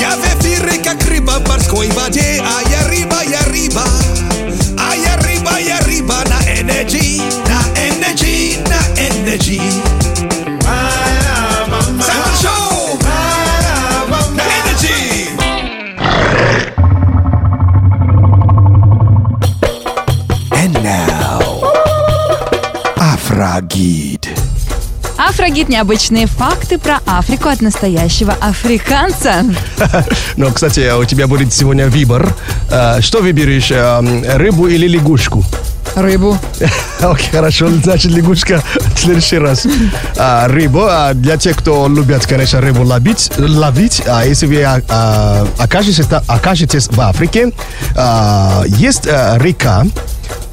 S6: Я в эфире, как рыба в морской воде. А я рыба, я рыба. А я рыба, я рыба на энергии, на энергии, на энергии. Саймон Шоу. На энергии. And now, Афрагид.
S3: Афрагит необычные факты про Африку от настоящего африканца.
S1: *laughs* Но, кстати, э, у тебя будет сегодня выбор. Э, Что выберешь, э, м, рыбу или лягушку?
S3: Рыбу.
S1: *laughs* Окей, хорошо, значит, лягушка в следующий раз. А, рыбу, а, для тех, кто любят, конечно, рыбу ловить, ловить а если вы а, а, окажетесь, та- окажетесь в Африке, а, есть а, река,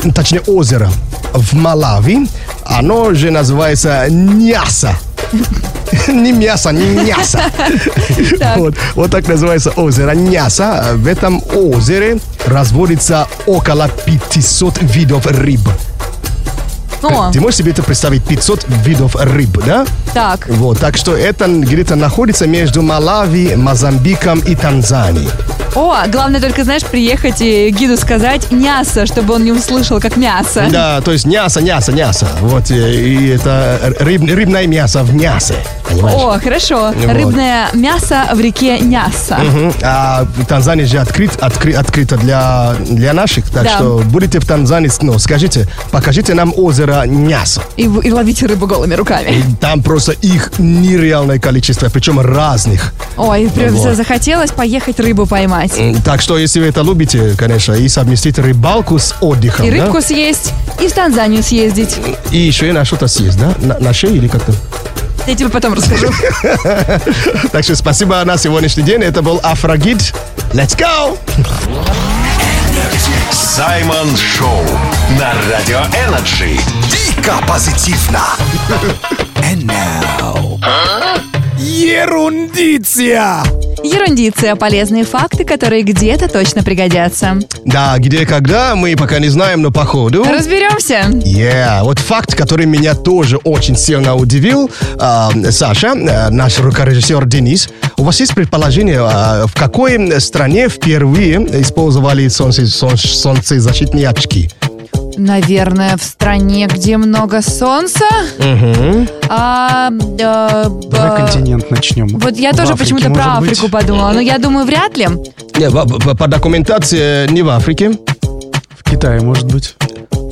S1: ну, точнее озеро в Малави, оно же называется Ньяса. *laughs* Не мясо, не мясо. Вот, вот так называется озеро Няса. В этом озере разводится около 500 видов рыб.
S3: О,
S1: Ты можешь себе это представить? 500 видов рыб, да?
S3: так.
S1: Вот, так что это где-то находится между Малави, Мозамбиком и Танзанией.
S3: О, главное только, знаешь, приехать и гиду сказать мясо, чтобы он не услышал, как мясо.
S1: Да, то есть мясо, мясо, мясо. Вот, э, и это рыб- рыбное мясо в мясе, понимаешь?
S3: О, хорошо. Рыбное мясо в реке Няса.
S1: Мгм. А Танзания же открыт, откры- открыта для, для наших, так
S3: Да.
S1: что будете в Танзании, ну, скажите, покажите нам озеро Няса.
S3: И, в- и ловите рыбу голыми руками.
S1: Там просто их нереальное количество, причем разных.
S3: Ой, прям
S1: Вот.
S3: захотелось поехать рыбу поймать.
S1: М, Так что, если вы это любите, конечно, и совместить рыбалку с отдыхом,
S3: И
S1: да?
S3: рыбку съесть, и в Танзанию съездить.
S1: И еще и на что-то съесть, да? На, на шею или как-то? *laughs*
S3: Я тебе потом расскажу.
S1: Так что спасибо на сегодняшний день. Это был Афрагид. Let's go!
S4: Саймон Шоу на Радио Энерджи.
S6: Дико позитивно. And now. Ерундиция.
S3: Ерундиция. Полезные факты, которые где-то точно пригодятся.
S1: Да, где, когда, мы пока не знаем, но походу...
S3: Разберемся.
S1: Yeah. Вот факт, который меня тоже очень сильно удивил, э, Саша, э, наш рукорежиссер Денис. У вас есть предположение, э, в какой стране впервые использовали солнце, солн- солнцезащитные очки?
S3: Наверное, в стране, где много солнца. А, э, б-
S5: Давай континент начнем.
S3: Вот я
S5: В
S3: тоже
S5: Африке,
S3: почему-то про
S5: может быть?
S3: Африку подумала. Но я думаю, вряд ли.
S1: Не, в- в- по документации э, не в Африке.
S5: В Китае, может быть.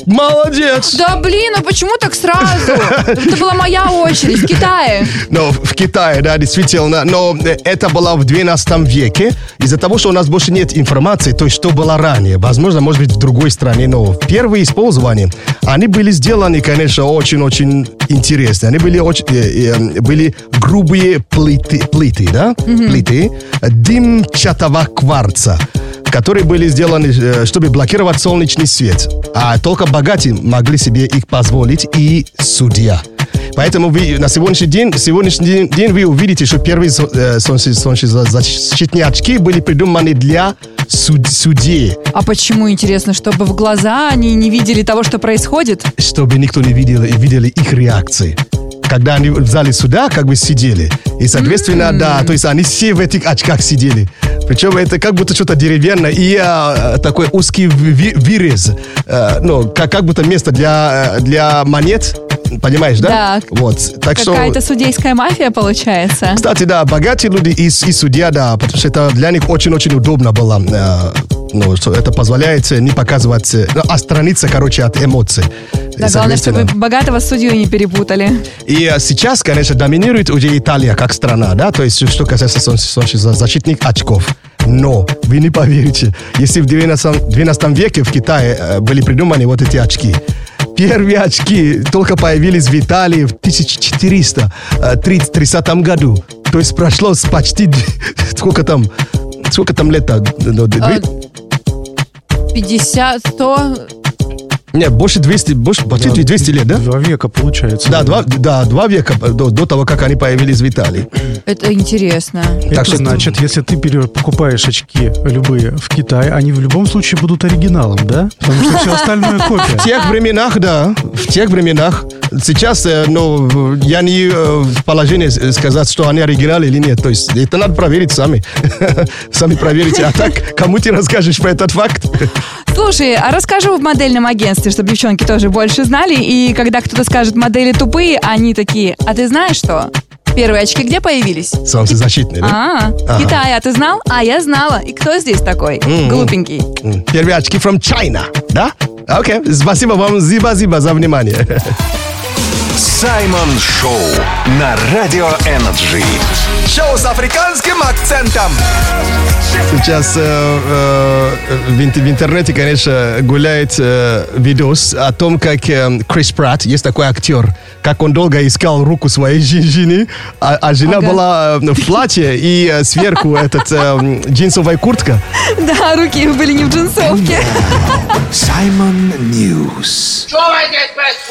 S1: Молодец!
S3: Да блин, ну почему так сразу? Это была моя очередь в Китае.
S1: Но в в Китае, да, действительно. Но э, это было в 12 веке. Из-за того, что у нас больше нет информации, то есть что было ранее. Возможно, может быть, в другой стране. Но первые использования, они были сделаны, конечно, очень-очень интересно. Они были, очень, э, э, были грубые плиты, плиты, да? Плиты дымчатого кварца которые были сделаны, э, чтобы блокировать солнечный свет. А только богатые могли себе их позволить и судья. Поэтому вы на сегодняшний день, сегодняшний день- день вы увидите, что первые со- э, солнце- солнцезащитные очки были придуманы для суд- судей,
S3: А почему, интересно, чтобы в глаза они не видели того, что происходит?
S1: чтобы никто не видел и видели их реакции. Когда они в зале суда как бы сидели. И, соответственно, да, то есть они все в этих очках сидели. Причем это как будто что-то деревянное и а, такой узкий ви- вырез. Э, ну, как, как будто место для, э, для монет. Понимаешь, да?
S3: Да.
S1: Вот. Так что...
S3: Какая-то судейская мафия получается.
S1: Кстати, да, богатые люди и, с- и судья, да, потому что это для них очень-очень удобно было. э, ну, что это позволяет не показывать, э, ну, отстраниться, короче, от эмоций. И,
S3: Да, главное, чтобы
S1: соответственно,
S3: богатого с судьей не перепутали.
S1: И э, сейчас, конечно, доминирует уже Италия как страна, да, то есть что касается солн- солнцезащитных очков. Но вы не поверите, если в 12, 12 веке в Китае э, были придуманы вот эти очки, первые очки только появились в Италии в 1430 году. То есть прошло с почти д- *laughs* сколько там сколько там лет? а, ну, д-
S3: А,
S1: две-
S3: 50, 100...
S1: Не, больше 200, больше почти 200 лет, да?
S5: Два века получается.
S1: Да, два, да, два века э, до, до того, как они появились в Италии.
S3: Это интересно.
S5: Это
S1: Так что-
S5: значит, если ты пере- покупаешь очки любые в Китае, они в любом случае будут оригиналом, да? Потому что все остальное
S1: В
S5: копия.
S1: тех временах, да, в тех временах. Сейчас, э, ну, в- я не э, в положении с- сказать, что они оригиналы или нет. То есть это надо проверить сами. *laughs* Сами проверите. А так, кому ты расскажешь про этот факт?
S3: Слушай, а расскажу в модельном агентстве, чтобы девчонки тоже больше знали. И когда кто-то скажет, модели тупые, они такие, а ты знаешь что? Первые очки где появились?
S1: Солнцезащитный, да?
S3: А,
S1: Ага.
S3: Китай, а ты знал? А я знала. И кто здесь такой?
S1: М-м.
S3: Глупенький. *laughs*
S1: М, Первые очки from China, да? Окей, спасибо вам, зиба-зиба, за внимание. *laughs*
S4: Саймон Шоу на Радио Энерджи.
S6: Шоу с африканским акцентом.
S1: Сейчас э, э, в, ин- в интернете, конечно, гуляет э, видос о том, как э, Крис Пратт, есть такой актер, как он долго искал руку своей жен- жены, а, а жена
S3: Ага.
S1: была э, в платье и э, сверху этот э, м, джинсовая куртка.
S3: Да, руки были не в джинсовке.
S6: Саймон Ньюс.
S3: *laughs*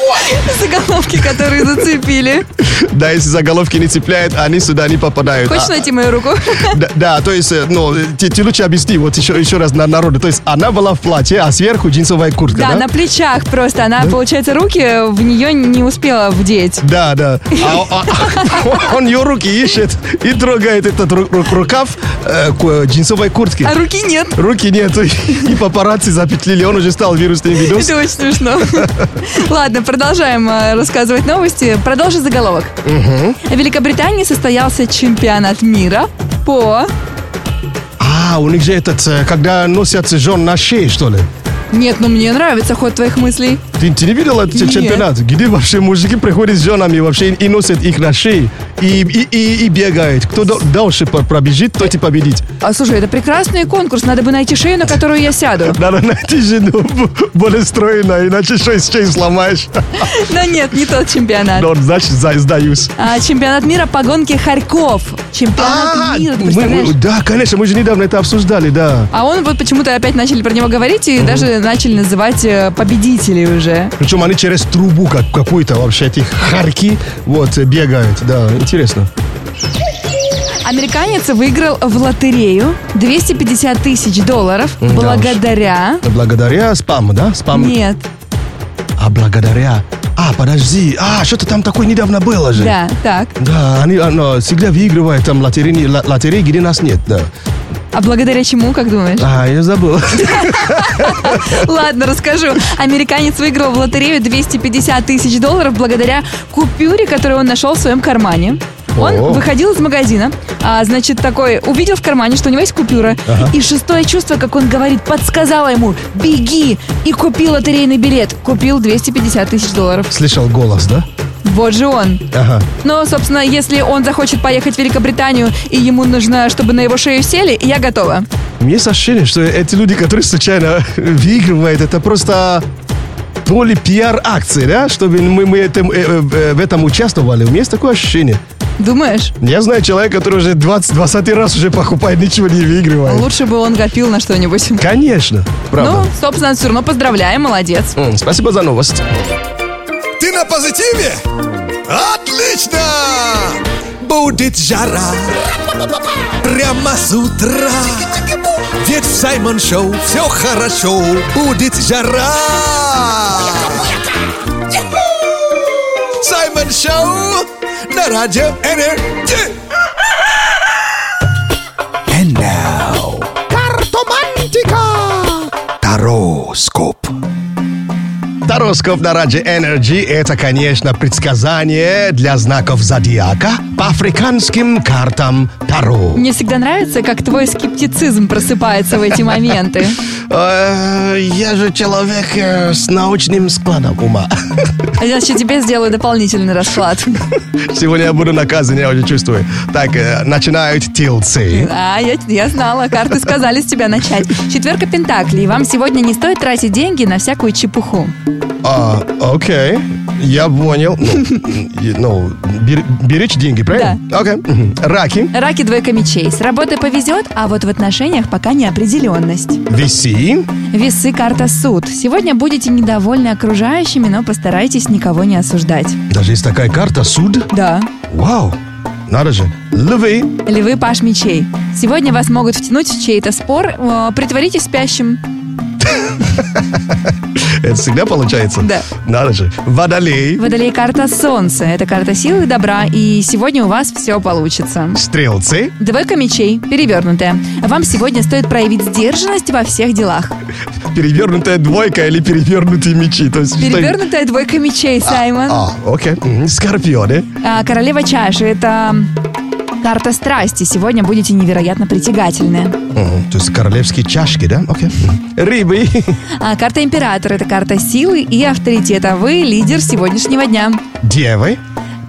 S3: Заголовки, которые зацепили.
S1: Да, если заголовки не цепляют, они сюда не попадают.
S3: Хочешь
S1: А-
S3: найти
S1: *laughs*
S3: мою руку?
S1: Да, да, то есть, э, ну, ты, ты лучше объясни, вот еще, еще раз на народу. То есть, она была в платье, а сверху джинсовая куртка,
S3: Да,
S1: да?
S3: на плечах просто. Она, получается, руки в нее не успела вдеть.
S1: Да, да. А, а, а, он ее руки ищет и трогает этот ру- ру- рукав э, ку- джинсовой куртки.
S3: А руки нет.
S1: Руки нету. И папарацци запетлили. Он уже стал вирусным
S3: *laughs*
S1: видос.
S3: Это
S1: *laughs*
S3: очень смешно. Ладно, продолжаем э, рассказывать новости. Продолжи заголовок. В Великобритании состоялся чемпионат мира по...
S1: А, у них же этот, э, когда носят жен на шее, что ли?
S3: Нет, ну мне нравится ход твоих мыслей.
S1: Ты, ты не видел этот
S3: Нет.
S1: чемпионат? Где вообще мужики приходят с женами вообще и носят их на шее. И, и, и- и бегают. Кто до- дальше по- пробежит, тот и победит.
S3: А слушай, это прекрасный конкурс. Надо бы найти шею, на которую я
S1: *laughs*
S3: сяду.
S1: Надо найти жену ну, б- более стройную, иначе шею шею сломаешь.
S3: Но нет, не тот чемпионат.
S1: Но, значит, за- сдаюсь.
S3: А, чемпионат мира по гонке Харьков.
S1: А,
S3: Чемпионат мира, ты
S1: мы-
S3: представляешь?
S1: мы- да, конечно, мы же недавно это обсуждали, да.
S3: А он вот почему-то опять начали про него говорить и даже начали называть э, победителей уже.
S1: Причем они через трубу как, какую-то вообще эти харки вот э, бегают, да, интересно.
S3: Американец выиграл в лотерею 250 тысяч долларов
S1: М, да уж.
S3: благодаря...
S1: Благодаря спаму, да? Спам.
S3: Нет,
S1: А благодаря. А, подожди. А, что-то там такое недавно было же.
S3: да, так.
S1: Да, они оно, всегда выигрывают там лотереи, ло- лотереи, где нас нет, да.
S3: А благодаря чему, как думаешь?
S1: А, я забыл. *laughs*
S3: Ладно, расскажу. Американец выиграл в лотерею 250 тысяч долларов благодаря купюре, которую он нашел в своем кармане. Он
S1: О.
S3: выходил из магазина, а, значит, такой, увидел в кармане, что у него есть купюра,
S1: Ага.
S3: и шестое чувство, как он говорит, подсказало ему «беги» и купил лотерейный билет. Купил 250 тысяч долларов.
S1: Слышал голос, да?
S3: Вот же он.
S1: Ага.
S3: Но, собственно, если он захочет поехать в Великобританию, и ему нужно, чтобы на его шею сели, я готова.
S1: Есть ощущение, что эти люди, которые случайно *laughs* выигрывают, это просто то ли пиар-акции, да? Чтобы мы, мы этим, э, э, э, в этом участвовали. У меня есть такое ощущение.
S3: Думаешь?
S1: Я знаю человека, который уже 20, 20 раз уже покупает, ничего не выигрывает.
S3: Лучше бы он гопил на что-нибудь.
S1: Конечно,
S3: Ну,
S1: правда.
S3: собственно, все равно поздравляем, молодец.
S1: М, Спасибо за новость.
S6: Ты на позитиве? Отлично! Будет жара Прямо с утра Ведь в Саймон Шоу все хорошо Будет жара Саймон Шоу на радио Энерджи And now Картомантика Тароскоп
S1: Тароскоп на Раджи Energy – это, конечно, предсказание для знаков зодиака по африканским картам Таро.
S3: Мне всегда нравится, как твой скептицизм просыпается в эти моменты.
S1: Э, Я же человек э, с научным складом ума. *laughs*
S3: А Я еще тебе сделаю дополнительный расклад.
S1: Сегодня я буду наказан, я уже чувствую. Так, э, начинают тельцы.
S3: А, я, я знала, карты сказали с тебя начать. Четверка Пентаклей. Вам сегодня не стоит тратить деньги на всякую чепуху.
S1: А, окей, я понял. Ну, ну, бер- беречь деньги, правильно? Да. Окей. Мгм. Раки,
S3: Раки двойка мечей. С работы повезет, а вот в отношениях пока неопределенность.
S1: веси,
S3: Весы карта суд. Сегодня будете недовольны окружающими, но постарайтесь никого не осуждать.
S1: даже есть такая карта, суд.
S3: Да.
S1: Вау, надо же. Львы,
S3: Львы паш мечей. Сегодня вас могут втянуть в чей-то спор. Э, Притворитесь спящим.
S1: это всегда получается.
S3: Да.
S1: Надо же. Водолей,
S3: Водолей карта солнца. Это карта силы и добра, и сегодня у вас все получится.
S1: стрелцы,
S3: Двойка мечей, перевернутая. Вам сегодня стоит проявить сдержанность во всех делах.
S1: перевернутая двойка или перевернутые мечи. То есть, что-
S3: Перевернутая двойка мечей, Саймон.
S1: А, окей. Мгм. Скорпионы.
S3: А, Королева чаши – это карта страсти. Сегодня будете невероятно притягательны.
S1: Мгм. То есть королевские чашки, да? Окей. Мгм. Рыбы. *laughs*
S3: А, карта императора – это карта силы и авторитета. Вы лидер сегодняшнего дня.
S1: Девы.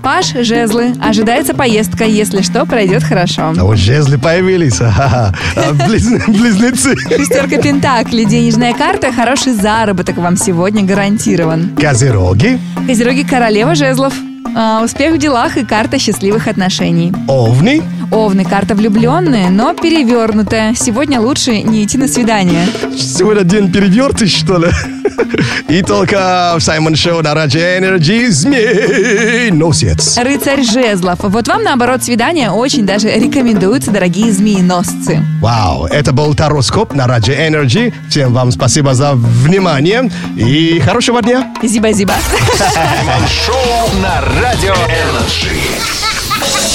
S3: Паш Жезлы. Ожидается поездка. Если что, пройдет хорошо.
S1: А вот жезли появились. *laughs* Ха-ха. А близн- *laughs* Близнецы.
S3: Шестерка Пентакли. Денежная карта. Хороший заработок вам сегодня гарантирован.
S1: Козероги.
S3: Козероги Королева Жезлов. А, успех в делах и карта счастливых отношений.
S1: Овны.
S3: Овны карта влюбленные, но перевернутая. Сегодня лучше не идти на свидание.
S1: Сегодня день перевертый, что ли? *laughs* И только в Саймон Шоу на Раджи Энерджи змей носец.
S3: Рыцарь Жезлов. Вот вам, наоборот, свидание очень даже рекомендуются, дорогие змееносцы.
S1: Вау, это был Тароскоп на Раджи Энерджи. Всем вам спасибо за внимание и хорошего дня. *laughs*
S3: Зиба-зиба. *laughs*
S4: Шоу на Радио Энерджи.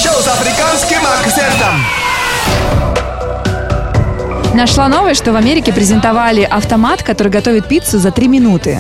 S6: Шоу с африканским акцентом.
S3: Нашла новость, что в Америке презентовали автомат, который готовит пиццу за 3 минуты.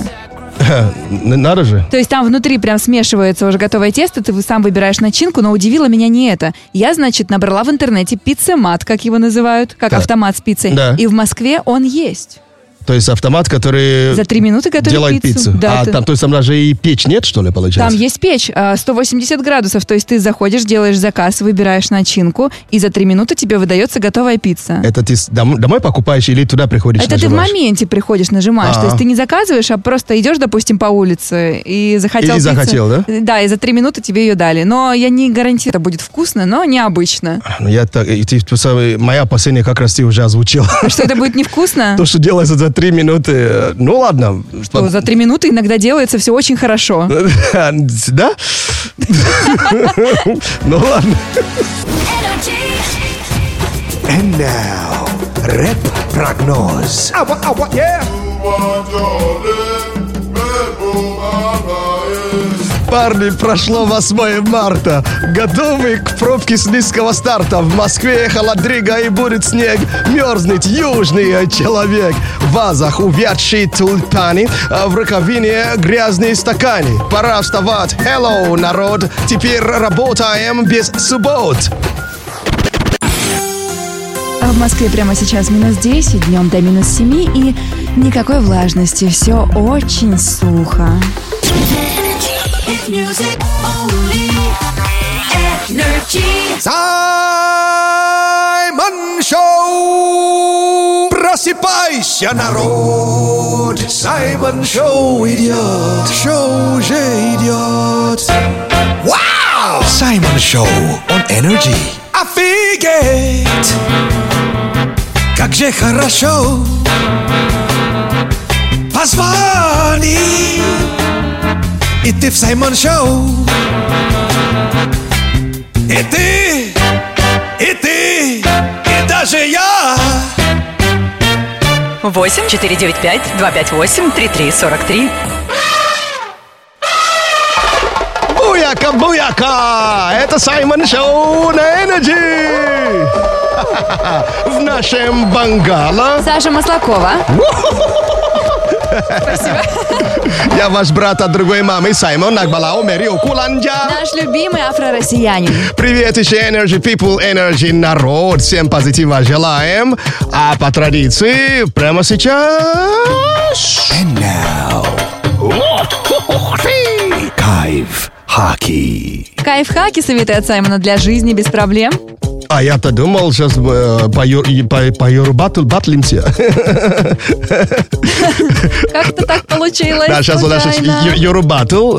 S1: Н- Надо же.
S3: То есть там внутри прям смешивается уже готовое тесто, ты сам выбираешь начинку, но удивило меня не это. Я, значит, набрала в интернете пиццемат, как его называют, как
S1: Так.
S3: автомат с пиццей.
S1: Да.
S3: И в Москве он есть.
S1: То есть автомат, который
S3: За три минуты готовит
S1: делает пиццу.
S3: Да,
S1: а
S3: ты-
S1: там, то есть там даже и печь нет, что ли,
S3: Там
S1: получается?
S3: есть печь а, 180 градусов, то есть ты заходишь, делаешь заказ, выбираешь начинку, и за три минуты тебе выдается готовая пицца.
S1: Это ты с- дом- домой покупаешь или туда приходишь?
S3: Это ты в
S1: нажимаешь?
S3: моменте приходишь, нажимаешь. То есть
S1: А.
S3: ты не заказываешь, а просто идешь, допустим, по улице и захотел
S1: И
S3: пиццу.
S1: захотел, да?
S3: Да, и за три минуты тебе ее дали. Но я не гарантирую, это будет вкусно, но необычно.
S1: Ну, Я так, и ты- ты сам- моя опасение как раз ты уже озвучил.
S3: А что это будет невкусно?
S1: *laughs* То, что делается за три минуты, э, ну ладно.
S3: Что, за три минуты иногда делается все очень хорошо.
S1: *laughs* Да? *laughs* Ну ладно.
S6: And now, рэп-прогноз.
S1: Парни, прошло 8 марта. Готовы к пробке с низкого старта. В Москве холодрига и будет снег. Мерзнет южный человек. В вазах увядшие тульпаны, а в раковине грязные стаканы. Пора вставать. Hello, народ. Теперь работаем без суббот.
S3: А в Москве прямо сейчас минус 10, днем до минус 7 и никакой влажности. Все очень сухо.
S6: Саймон Шоу! Просыпайся, народ! Саймон Шоу идет! Шоу же идет! Вау! Саймон Шоу on Energy! Офигеть! Как же хорошо! Позвони! И ты в Саймон Шоу! И ты, и ты, и даже я
S11: 8 495 258 3343.
S1: Буяка, буяка! Это Саймон Шоу на Энерджи! *laughs* В нашем бангало.
S3: Саша Маслакова.
S1: Я ваш брат от другой мамы, Саймон Нагбалао Мэрио Куланджа.
S3: Наш любимый афро-россиянин.
S1: Привет еще Energy People, Energy народ. Всем позитива желаем. А по традиции прямо сейчас...
S2: Кайф, хаки.
S3: Кайфхаки советы от Саймона для жизни без проблем.
S1: А я-то думал, сейчас э, по, ю- и по, по Юрбату батлимся.
S3: Как-то так получилось.
S1: Да, сейчас у нас
S3: случайно.
S1: Юрбатл.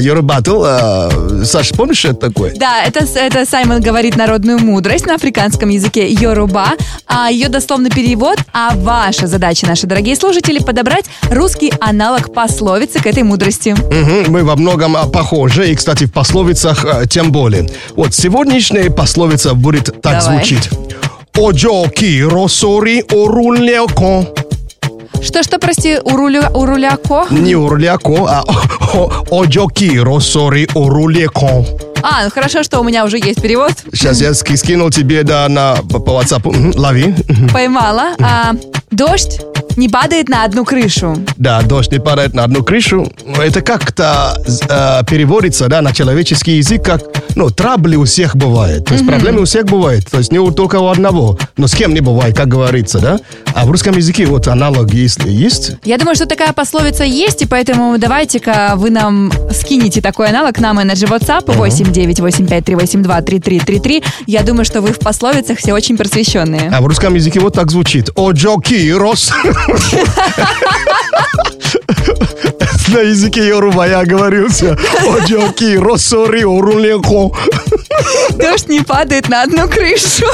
S1: Юрбатл. э, Саш, помнишь, что это такое?
S3: Да, это, с- это Саймон говорит народную мудрость на африканском языке Йоруба, а ее дословный перевод, а ваша задача, наши дорогие слушатели, подобрать русский аналог пословицы к этой мудрости.
S1: Мгм, мы во многом а, похожи, и, кстати, в пословицах э, тем более. Вот сегодняшняя пословица будет так
S3: Давай.
S1: звучить. Оджо ки росори орулеко.
S3: Что-что, прости, уруля, уруляко?
S1: Не орулеко, а *laughs* оджо ки росори орулеко.
S3: А, ну хорошо, что у меня уже есть перевод.
S1: Сейчас я ски- скинул тебе да, на, по по WhatsApp. Мгм, Лови.
S3: Поймала. А, дождь не падает на одну крышу.
S1: Да, дождь не падает на одну крышу. Это как-то э, переводится да, на человеческий язык как, ну, трабли у всех бывает. То есть проблемы у всех бывает. То есть не у только у одного. Но с кем не бывает, как говорится, да? А в русском языке вот аналог есть. есть.
S3: Я думаю, что такая пословица есть, и поэтому давайте-ка вы нам скинете такой аналог нам Energy WhatsApp 89853823333. Я думаю, что вы в пословицах все очень просвещенные.
S1: *laughs* А в русском языке вот так звучит. Оджоки рос. *laughs* На языке Йоруба я оговорился. Оджоки росори орулеко.
S3: Дождь не падает на одну крышу.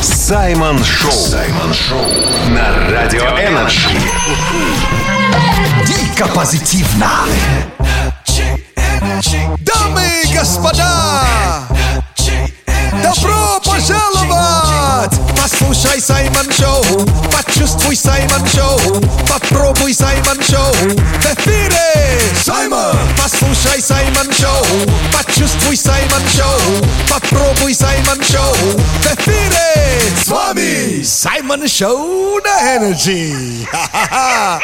S4: Саймон Шоу. Саймон Шоу на Радио Энерджи.
S6: Дико позитивно Дамы и господа Добро пожаловать! Послушай Саймон Шоу, почувствуй Саймон Шоу, попробуй Саймон Шоу. В эфире Саймон! Послушай Саймон Шоу, почувствуй Саймон Шоу, попробуй Саймон Шоу. В эфире с вами Саймон Шоу на Energy. Ха-ха-ха!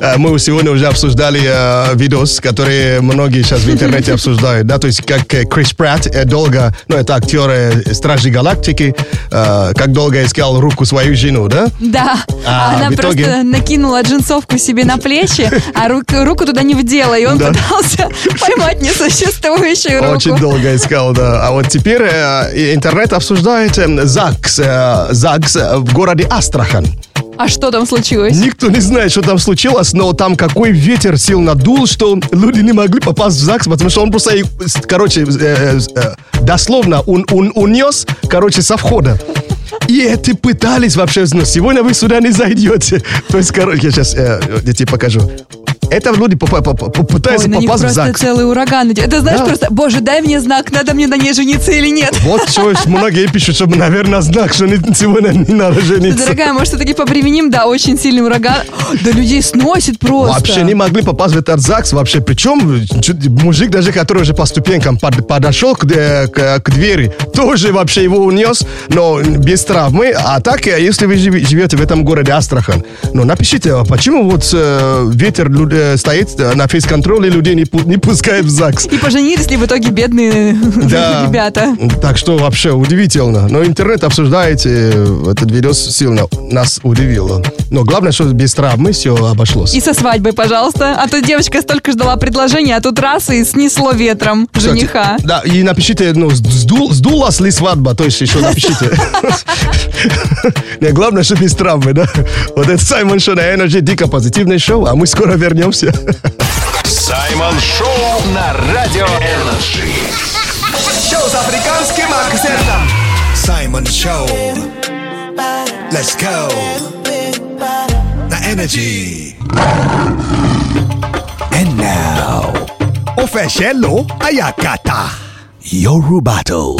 S1: Э, Мы сегодня уже обсуждали э, видос, который многие сейчас в интернете обсуждают, да, то есть как э, Крис Пратт э, долго, ну, это актер э, Стражи Галактики, э, как долго искал руку свою жену, да?
S3: Да,
S1: А,
S3: она
S1: в итоге?
S3: просто накинула джинсовку себе на плечи, а рук- руку туда не вдела, и он
S1: Да.
S3: пытался поймать несуществующую руку.
S1: Очень долго искал, да. А вот теперь э, и интернет обсуждает э, ЗАГС, э, ЗАГС э, в городе Астрахань.
S3: А что там случилось?
S1: Никто не знает, что там случилось, но там какой ветер сил надул, что люди не могли попасть в ЗАГС, потому что он просто, и, с- короче, э, э, дословно он, он унес, короче, со входа. И это пытались вообще, но сегодня вы сюда не зайдете. То есть, короче, я сейчас я тебе покажу. Это люди попа- попа- пытаются
S3: Ой, на них
S1: попасть в
S3: просто
S1: ЗАГС.
S3: целый ураган. идет. Это знаешь
S1: Да.
S3: просто, боже, дай мне знак, надо мне на ней жениться или нет.
S1: Вот что ж, многие пишут, чтобы, наверное, знак, что не- сегодня не надо жениться.
S3: Дорогая, может, все-таки повременим? Да, очень сильный ураган. Да людей сносит просто.
S1: Вообще не могли попасть в этот ЗАГС вообще. Причем чуть- мужик даже, который уже по ступенькам под- подошел к, э, к- к двери, тоже вообще его унес, но без травмы. А так, э, если вы живи- живете в этом городе Астрахань, ну напишите, а почему вот э, ветер лю- э, стоит э, на фейс-контроле, людей не, пу- не пускает в ЗАГС?
S3: И поженились ли в итоге бедные
S1: Да.
S3: ребята?
S1: Так что вообще удивительно. Но интернет обсуждаете, э, этот видос сильно нас удивило. Но главное, что без травмы все обошлось.
S3: И со свадьбой, пожалуйста. А то девочка столько ждала предложения, а тут раз и снесло ветром
S1: Кстати,
S3: жениха.
S1: Да, и напишите, ну, сдул, сдулась ли свадьба, то есть еще напишите. *laughs* Не, главное, что без травмы, да? Вот это Саймон Шоу на Energy, дико позитивное шоу, а мы скоро вернемся.
S4: Саймон Шоу на Радио Энерджи.
S6: Шоу с африканским акцентом. Саймон Шоу. Let's go. На Energy. And now. ó fẹsẹ̀ lò ó àyàkàtà Yorùbá tó.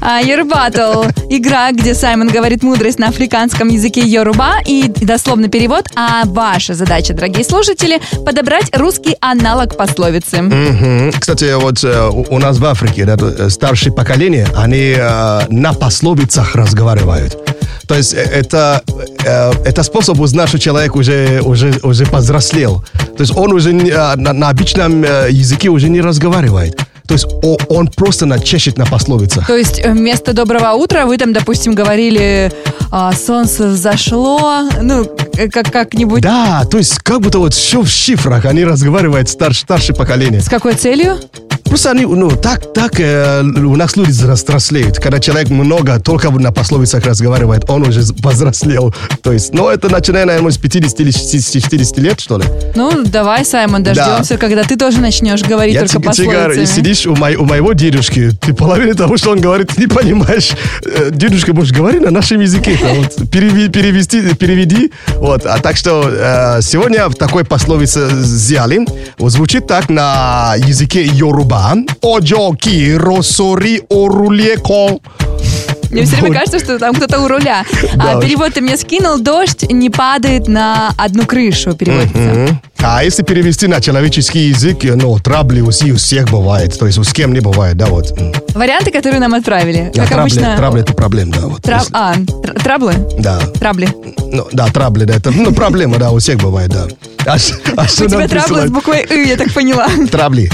S3: А, Yoruba Battle. Игра, где Саймон говорит мудрость на африканском языке Йоруба и дословный перевод. А ваша задача, дорогие слушатели, подобрать русский аналог пословицы.
S1: Мгм. Кстати, вот э, у у нас в Африке да, э, старшие поколения, они э, на пословицах разговаривают. То есть э, это, э, это способ узнать, что человек уже, уже, уже повзрослел. То есть он уже не- э, на, на обычном э, языке уже не разговаривает. То есть о- он просто начешет на пословицах.
S3: То есть э, вместо доброго утра вы там, допустим, говорили а, солнце взошло, ну к- как как-нибудь.
S1: Да, то есть как будто вот все в шифрах, они разговаривают стар, старшее поколение.
S3: С какой целью?
S1: Просто они, ну, так, так э, у нас люди взрослеют. Когда человек много только на пословицах разговаривает, он уже повзрослел. То есть, ну, это начиная, наверное, с 50 или 60 40 лет, что ли.
S3: Ну давай, Саймон, дождемся, когда ты тоже начнешь говорить
S1: Я
S3: только
S1: ти- тигар, и
S3: пословицами.
S1: сидишь у, моей- у моего дедушки, ты половину того, что он говорит, ты не понимаешь. Э, Дедушка, может, говори на нашем языке. там, вот, переви- перевести, переведи. Вот. А так что э, сегодня в такой пословице взяли. Вот звучит так на языке Йоруба. Оджоки росори орулеко.
S3: Мне все время
S1: Вот.
S3: кажется, что там кто-то у руля.
S1: Да
S3: А
S1: уж.
S3: перевод ты мне скинул, дождь не падает на одну крышу. Перевод.
S1: Мгм. А если перевести на человеческий язык, э, ну, трабли у си- у всех бывает, то есть у с кем не бывает, да, вот. М.
S3: Варианты, которые нам отправили.
S1: А
S3: Как
S1: трабли,
S3: обычно.
S1: трабли это проблема, да, вот.
S3: Траб- а, тр- траблы?
S1: Да.
S3: Трабли.
S1: Ну, да, трабли, да, это, ну, проблема, да, у всех бывает, да. А, ш- а
S3: У
S1: что
S3: тебя
S1: нам
S3: траблы с
S1: присылают?
S3: буквой «ы», я так поняла.
S1: Трабли.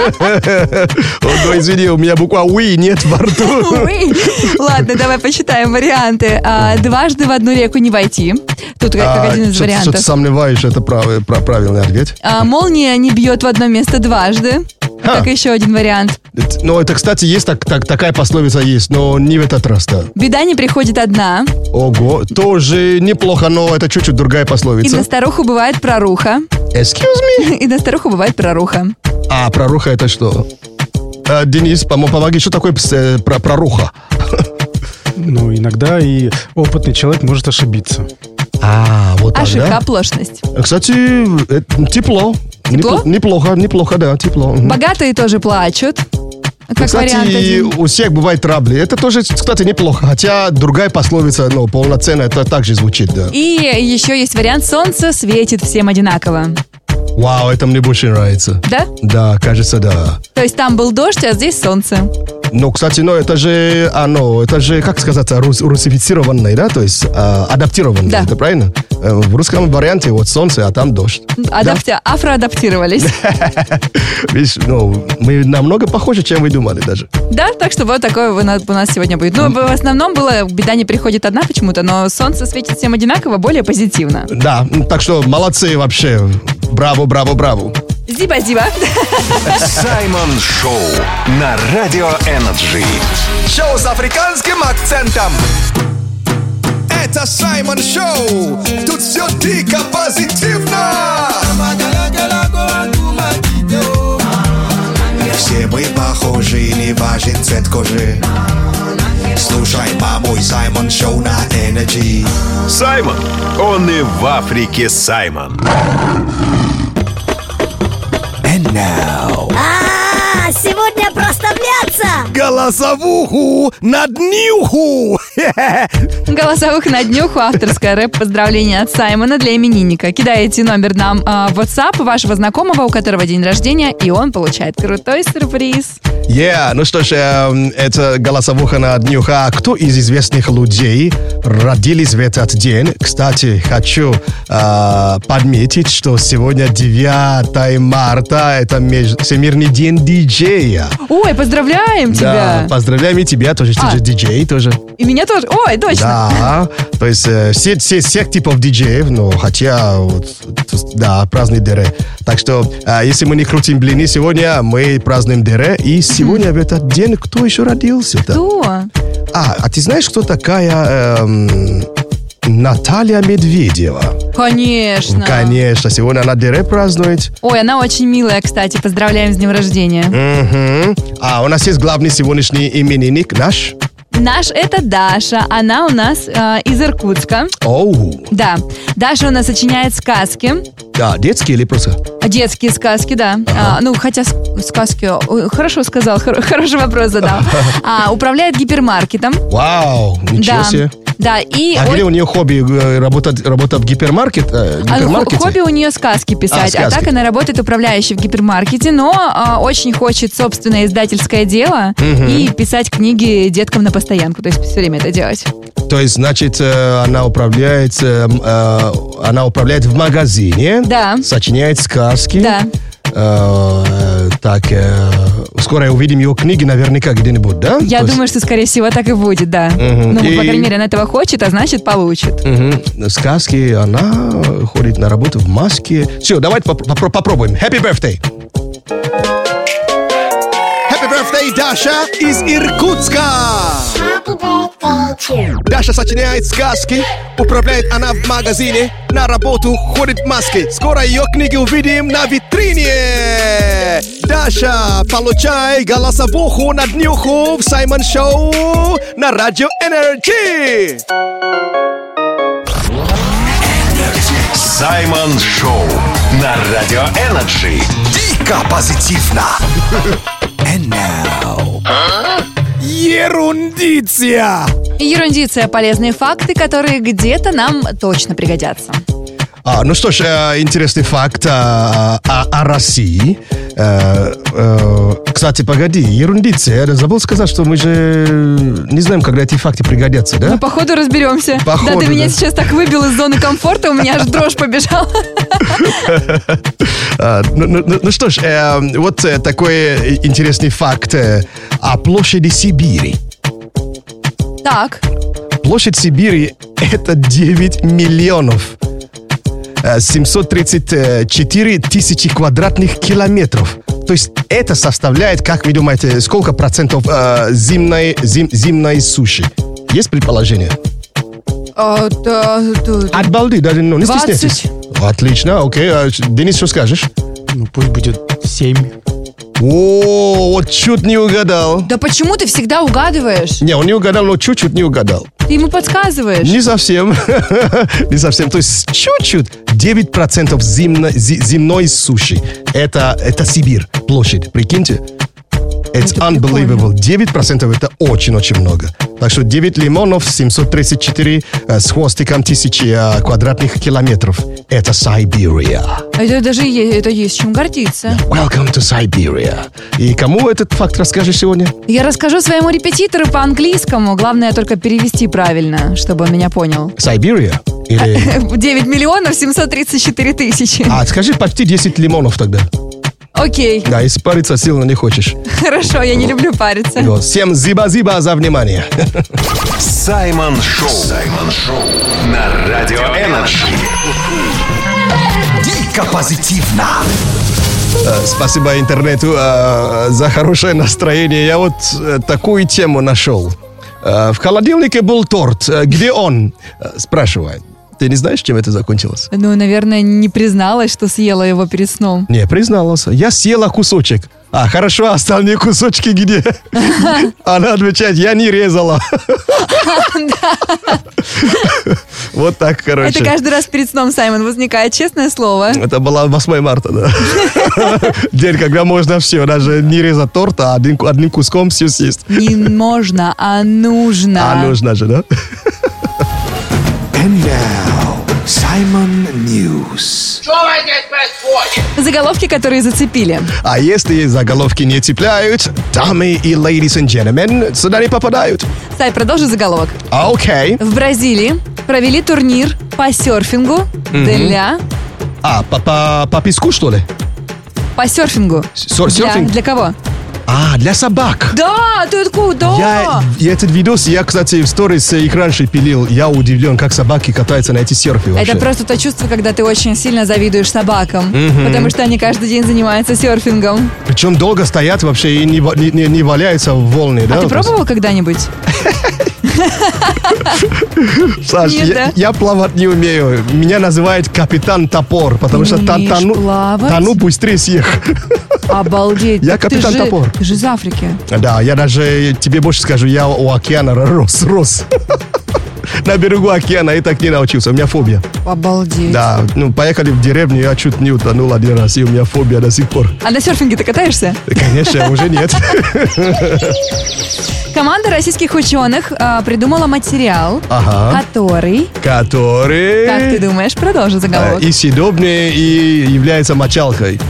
S1: Ой, ну, извини, у меня буква «уи» нет во рту.
S3: Ой. Ладно, давай почитаем варианты. А, Дважды в одну реку не войти. Тут как- как
S1: А,
S3: один из
S1: чё- чё ты
S3: вариантов.
S1: сомневаешь, это прав- про- правильный ответ?
S3: А, Молния не бьет в одно место дважды. Как еще один вариант.
S1: Это- Ну, это, кстати, есть так- так- такая пословица есть, но не в этот раз, да.
S3: Беда не приходит одна.
S1: Ого, тоже неплохо, но это чуть-чуть другая
S3: И на
S1: пословица.
S3: старуху бывает проруха. *laughs*
S1: Excuse
S3: me? И на старуху бывает проруха.
S1: А проруха это что? Э, Денис, помо- помоги, что такое пс- э, про- проруха?
S5: Ну, иногда и опытный человек может ошибиться.
S1: А, вот
S3: Ошибка, оплошность.
S1: Кстати, э, тепло.
S3: Тепло?
S1: Непло- Неплохо, неплохо, да, тепло. Мгм.
S3: Богатые тоже плачут. Как
S1: Ну, Кстати,
S3: вариант один.
S1: у всех бывает трабли. Это тоже, кстати, неплохо. Хотя другая пословица, но полноценная, это также звучит, да.
S3: И еще есть вариант «Солнце светит всем одинаково».
S1: Вау, это мне больше нравится.
S3: Да?
S1: Да, кажется, да.
S3: То есть там был дождь, а здесь солнце.
S1: Ну, кстати, но это же оно, это же, как сказать, рус, русифицированное, да, то есть а, адаптированное, это правильно? Э, В русском варианте вот солнце, а там дождь. *laughs*
S3: Адапти- Афроадаптировались.
S1: Видишь, ну, мы намного похожи, чем вы думали даже.
S3: Да, так что вот такое у нас у нас сегодня будет. Ну, в основном было, беда не приходит одна почему-то, но солнце светит всем одинаково, более позитивно.
S1: Да, ну, так что молодцы вообще. Браво, браво, браво.
S3: Зиба-зиба. *laughs*
S4: Саймон Шоу на Радио Энерджи.
S6: Шоу с африканским акцентом. Это Саймон Шоу. Тут все дико позитивно. Все мы похожи, не важен цвет кожи. Слушай, маму и Саймон Шоу на Energy.
S4: Саймон. Он и в Африке Саймон.
S7: А, сегодня проставляться!
S6: Голосовуху на днюху.
S3: Голосовых на днюху авторская рэп поздравление от Саймона для именинника. Кидаете номер нам а, в WhatsApp вашего знакомого, у которого день рождения, и он получает крутой сюрприз.
S1: Yeah, ну что ж, эм, это голосовуха на днюха. Кто из известных людей родились в этот день? Кстати, хочу э, подметить, что сегодня 9 марта, это меж- Всемирный день диджея.
S3: Ой, поздравляем
S1: Да,
S3: тебя!
S1: поздравляем и тебя тоже, ты
S3: А.
S1: же диджей тоже.
S3: И меня тоже. Ой, точно.
S1: Да, то есть э, все, все, всех типов диджеев, но хотя, вот, то есть, да, праздник Дере. Так что, э, если мы не крутим блины сегодня, мы празднуем Дере. И сегодня в этот день кто еще родился-то?
S3: Кто?
S1: А, а ты знаешь, кто такая эм, Наталья Медведева?
S3: Конечно.
S1: Конечно, сегодня она Дере празднует.
S3: Ой, она очень милая, кстати. Поздравляем с днем рождения.
S1: Мгм. А у нас есть главный сегодняшний именинник наш.
S3: Наш это Даша. Она у нас э, из Иркутска.
S1: Оу.
S3: Да. Даша у нас сочиняет сказки.
S1: Да, детские или просто?
S3: Детские сказки, да. А, ну, хотя с- сказки... ой, Хорошо сказал, хор- *laughs* хороший вопрос
S1: *laughs*
S3: задал. А, управляет гипермаркетом.
S1: Вау, ничего
S3: да.
S1: себе.
S3: Да, и...
S1: А
S3: он-
S1: где у нее хобби э, работать, работа в гипермаркет, э,
S3: А, ну,
S1: гипермаркете?
S3: хобби у нее сказки писать,
S1: А,
S3: а,
S1: сказки.
S3: так она работает управляющей в гипермаркете, но а, очень хочет собственное издательское дело
S1: Мгм.
S3: и писать книги деткам на постоянку, то есть все время это делать.
S1: То есть, значит, э, она управляет, э, м, э, она управляет в магазине,
S3: Да.
S1: сочиняет сказки.
S3: Да.
S1: Э, э, так, э, скоро увидим ее книги наверняка где-нибудь, да?
S3: Я
S1: То есть-
S3: думаю, что, скорее всего, так и будет, да.
S1: Мгм.
S3: Ну,
S1: И-
S3: по крайней мере, она этого хочет, а значит, получит.
S1: Мгм. Сказки, она ходит на работу в маске. Все, давайте поп- попро- попробуем. Happy birthday!
S6: Happy birthday, Даша из Иркутска! Даша сочиняет сказки, управляет она в магазине, на работу ходит в маске. Скоро ее книги увидим на витрине. Даша, получай голосовуху на днюху в Саймон Шоу на Радио Энерджи.
S4: Саймон Шоу на Радио Энерджи.
S6: Дико позитивно. *laughs* Ерундиция!
S3: Ерундиция, полезные факты, которые где-то нам точно пригодятся.
S1: А, ну что ж, э, интересный факт э, о, о России. Э, э, кстати, погоди, ерундицы. Я забыл сказать, что мы же не знаем, когда эти факты пригодятся, да?
S3: Ну, походу разберемся.
S1: Походу,
S3: да, ты меня
S1: да.
S3: сейчас так выбил из зоны комфорта, у меня аж дрожь побежала. *laughs*
S1: А, ну, ну, ну, ну что ж, э, вот э, такой интересный факт э, о площади Сибири.
S3: Так,
S1: Площадь Сибири – это 9 миллионов э, 734 тысячи квадратных километров. То есть это составляет, как вы думаете, сколько процентов э, зимной, зим- зимной суши? Есть предположение?
S3: э, да, да,
S1: От балды, даже ну, не
S3: 20.
S1: стесняйтесь. Отлично, окей. А, ч- Денис, что скажешь?
S5: Ну, пусть будет 7.
S1: О, вот чуть не угадал.
S3: Да почему ты всегда угадываешь?
S1: Не, он не угадал, но чуть-чуть не угадал.
S3: Ты ему подсказываешь.
S1: Не совсем. *laughs* Не совсем. То есть чуть-чуть. 9% зимно- зи- земной суши. Это, это Сибирь, площадь. Прикиньте. It's unbelievable. 9% это очень-очень много. Так что 9 лимонов, 734 э, с хвостиком тысячи э, квадратных километров. Это Сибирия.
S3: А Это даже е- это есть чем гордиться.
S1: Welcome to Siberia. И кому этот факт расскажешь сегодня?
S3: Я расскажу своему репетитору по английскому. Главное только перевести правильно, чтобы он меня понял.
S1: Сибирия?
S3: *laughs*
S1: Или...
S3: 9 миллионов 734 тысячи.
S1: А, скажи почти 10 лимонов тогда.
S3: Окей,
S1: Да, если париться сильно не хочешь.
S3: хорошо, я не люблю париться.
S1: Вот. Всем зиба-зиба за внимание. *laughs*
S4: Саймон Шоу. Саймон Шоу на Радио Энерджи.
S6: Дико позитивно.
S1: Э, Спасибо интернету э, за хорошее настроение. Я вот э, такую тему нашел. Э, В холодильнике был торт. Э, Где он? Э, Спрашивает. Ты не знаешь, чем это закончилось?
S3: Ну, наверное, не призналась, что съела его перед сном.
S1: Не, призналась. Я съела кусочек. А, хорошо, а остальные кусочки где? *laughs* Она отвечает, я не резала. *laughs* Вот так, короче.
S3: Это каждый раз перед сном, Саймон, возникает, честное слово.
S1: Это было 8 марта, да. *laughs* День, когда можно все, даже не резать торта, а один- одним куском все съесть.
S3: Не можно, а нужно.
S1: А нужно же, да?
S6: And now, Simon News.
S3: Заголовки, которые зацепили.
S1: А если заголовки не цепляют, дамы и ladies and gentlemen сюда не попадают.
S3: Сай, продолжи заголовок.
S1: Окей.
S3: В Бразилии провели турнир по серфингу для...
S1: А, по, по, по песку, что ли?
S3: По серфингу.
S1: Сер-
S3: Для-
S1: серфинг?
S3: Для, кого?
S1: А, для собак.
S3: Да, ты откуда?
S1: Я, я этот видос, я, кстати, в сторис их раньше пилил. Я удивлен, как собаки катаются на эти серфи вообще.
S3: Это просто то чувство, когда ты очень сильно завидуешь собакам,
S1: Мгм.
S3: потому что они каждый день занимаются серфингом.
S1: Причем долго стоят вообще и не, ва- не, не- не валяются в волны, да?
S3: а ты
S1: вот просто?
S3: пробовал когда-нибудь?
S1: Саш,
S3: Нет,
S1: я,
S3: да?
S1: я плавать не умею. Меня называют капитан топор, потому
S3: Ты
S1: что
S3: не
S1: тан-
S3: умеешь
S1: тону,
S3: плавать?
S1: тону быстрее всех.
S3: Обалдеть.
S1: Я
S3: Так ты
S1: капитан
S3: же-
S1: Топор.
S3: Ты же из Африки.
S1: Да, я даже тебе больше скажу, я у океана рос, рос. *laughs* На берегу океана и так не научился, у меня фобия.
S3: Обалдеть.
S1: Да, ну, поехали в деревню, я чуть не утонул один раз, и у меня фобия до сих пор.
S3: А на серфинге ты катаешься?
S1: Конечно, уже
S3: *laughs*
S1: нет.
S3: Команда российских ученых а, придумала материал,
S1: Ага.
S3: который,
S1: Который...
S3: как ты думаешь, продолжит
S1: А? э,
S3: заголовок.
S1: И съедобный, и является мочалкой.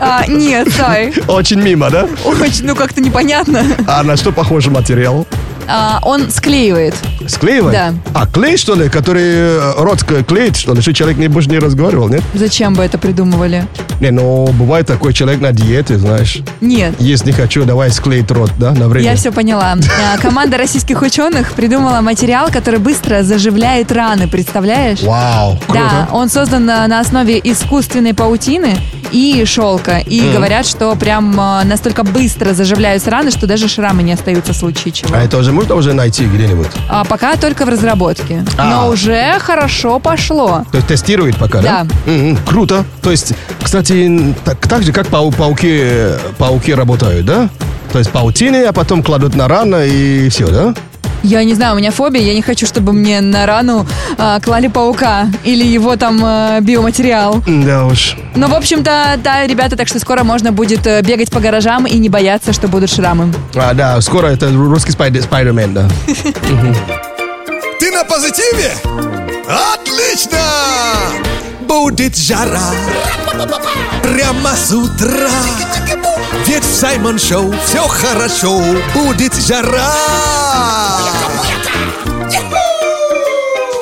S3: А,
S1: *laughs*
S3: нет, Сай.
S1: Очень мимо, да?
S3: Очень, ну как-то непонятно.
S1: А на что похож материал?
S3: А, он склеивает.
S1: Склеивать?
S3: Да.
S1: А, клей, что ли, который э, рот к- клеит, что ли? Что человек не, больше не разговаривал, нет?
S3: Зачем бы это придумывали?
S1: Не, ну, бывает такой человек на диете, знаешь.
S3: Нет.
S1: Есть не хочу, давай склеить рот, да, на время.
S3: Я все поняла. А, Команда российских ученых придумала материал, который быстро заживляет раны, представляешь?
S1: Вау,
S3: Да,
S1: круто.
S3: он создан на на основе искусственной паутины и шелка. И
S1: Мгм.
S3: говорят, что прям а, настолько быстро заживляются раны, что даже шрамы не остаются в случае чего.
S1: А это уже можно уже найти где-нибудь?
S3: А пока только в разработке.
S1: А.
S3: Но уже хорошо пошло.
S1: То есть тестирует пока, да? М, м, круто. То есть, кстати, н- так, так же, как пау- пауки, э, пауки работают, да? То есть паутины, а потом кладут на рану и все, да?
S3: Я не знаю, у меня фобия, я не хочу, чтобы мне на рану а, клали паука или его там а, биоматериал.
S1: Да уж.
S3: Ну, в общем-то, да, ребята, так что скоро можно будет э, бегать по гаражам и не бояться, что будут шрамы. *laughs*
S1: А, да, скоро это русский спайдер, спайдермен, да. Мгм.
S6: Ты на позитиве? Отлично! Будет жара прямо с утра. Ведь в Саймон Шоу все хорошо. Будет жара.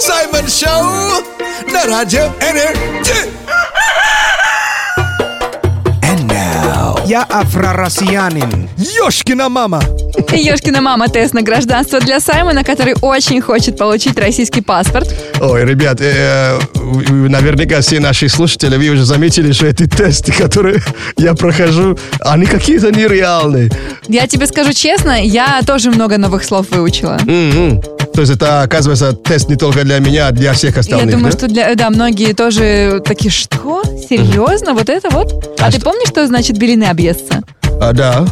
S6: Саймон Шоу на радио Энерджи.
S12: Я афро-россиянин.
S6: Ёшкина мама.
S3: Ешкина мама тест на гражданство для Саймона, который очень хочет получить российский паспорт.
S1: Ой, ребят, э, э, вы- вы наверняка все наши слушатели, вы уже заметили, что эти тесты, которые я прохожу, они какие-то нереальные.
S3: Я тебе скажу честно, я тоже много новых слов выучила.
S1: М, м. То есть это, оказывается, тест не только для меня, а для всех
S3: Я
S1: остальных,
S3: думаю,
S1: да?
S3: что для, да, многие тоже такие, что? Серьезно? Вот это вот? А, ты помнишь, что значит
S1: *laughs*
S3: белины объесться?
S1: А, да.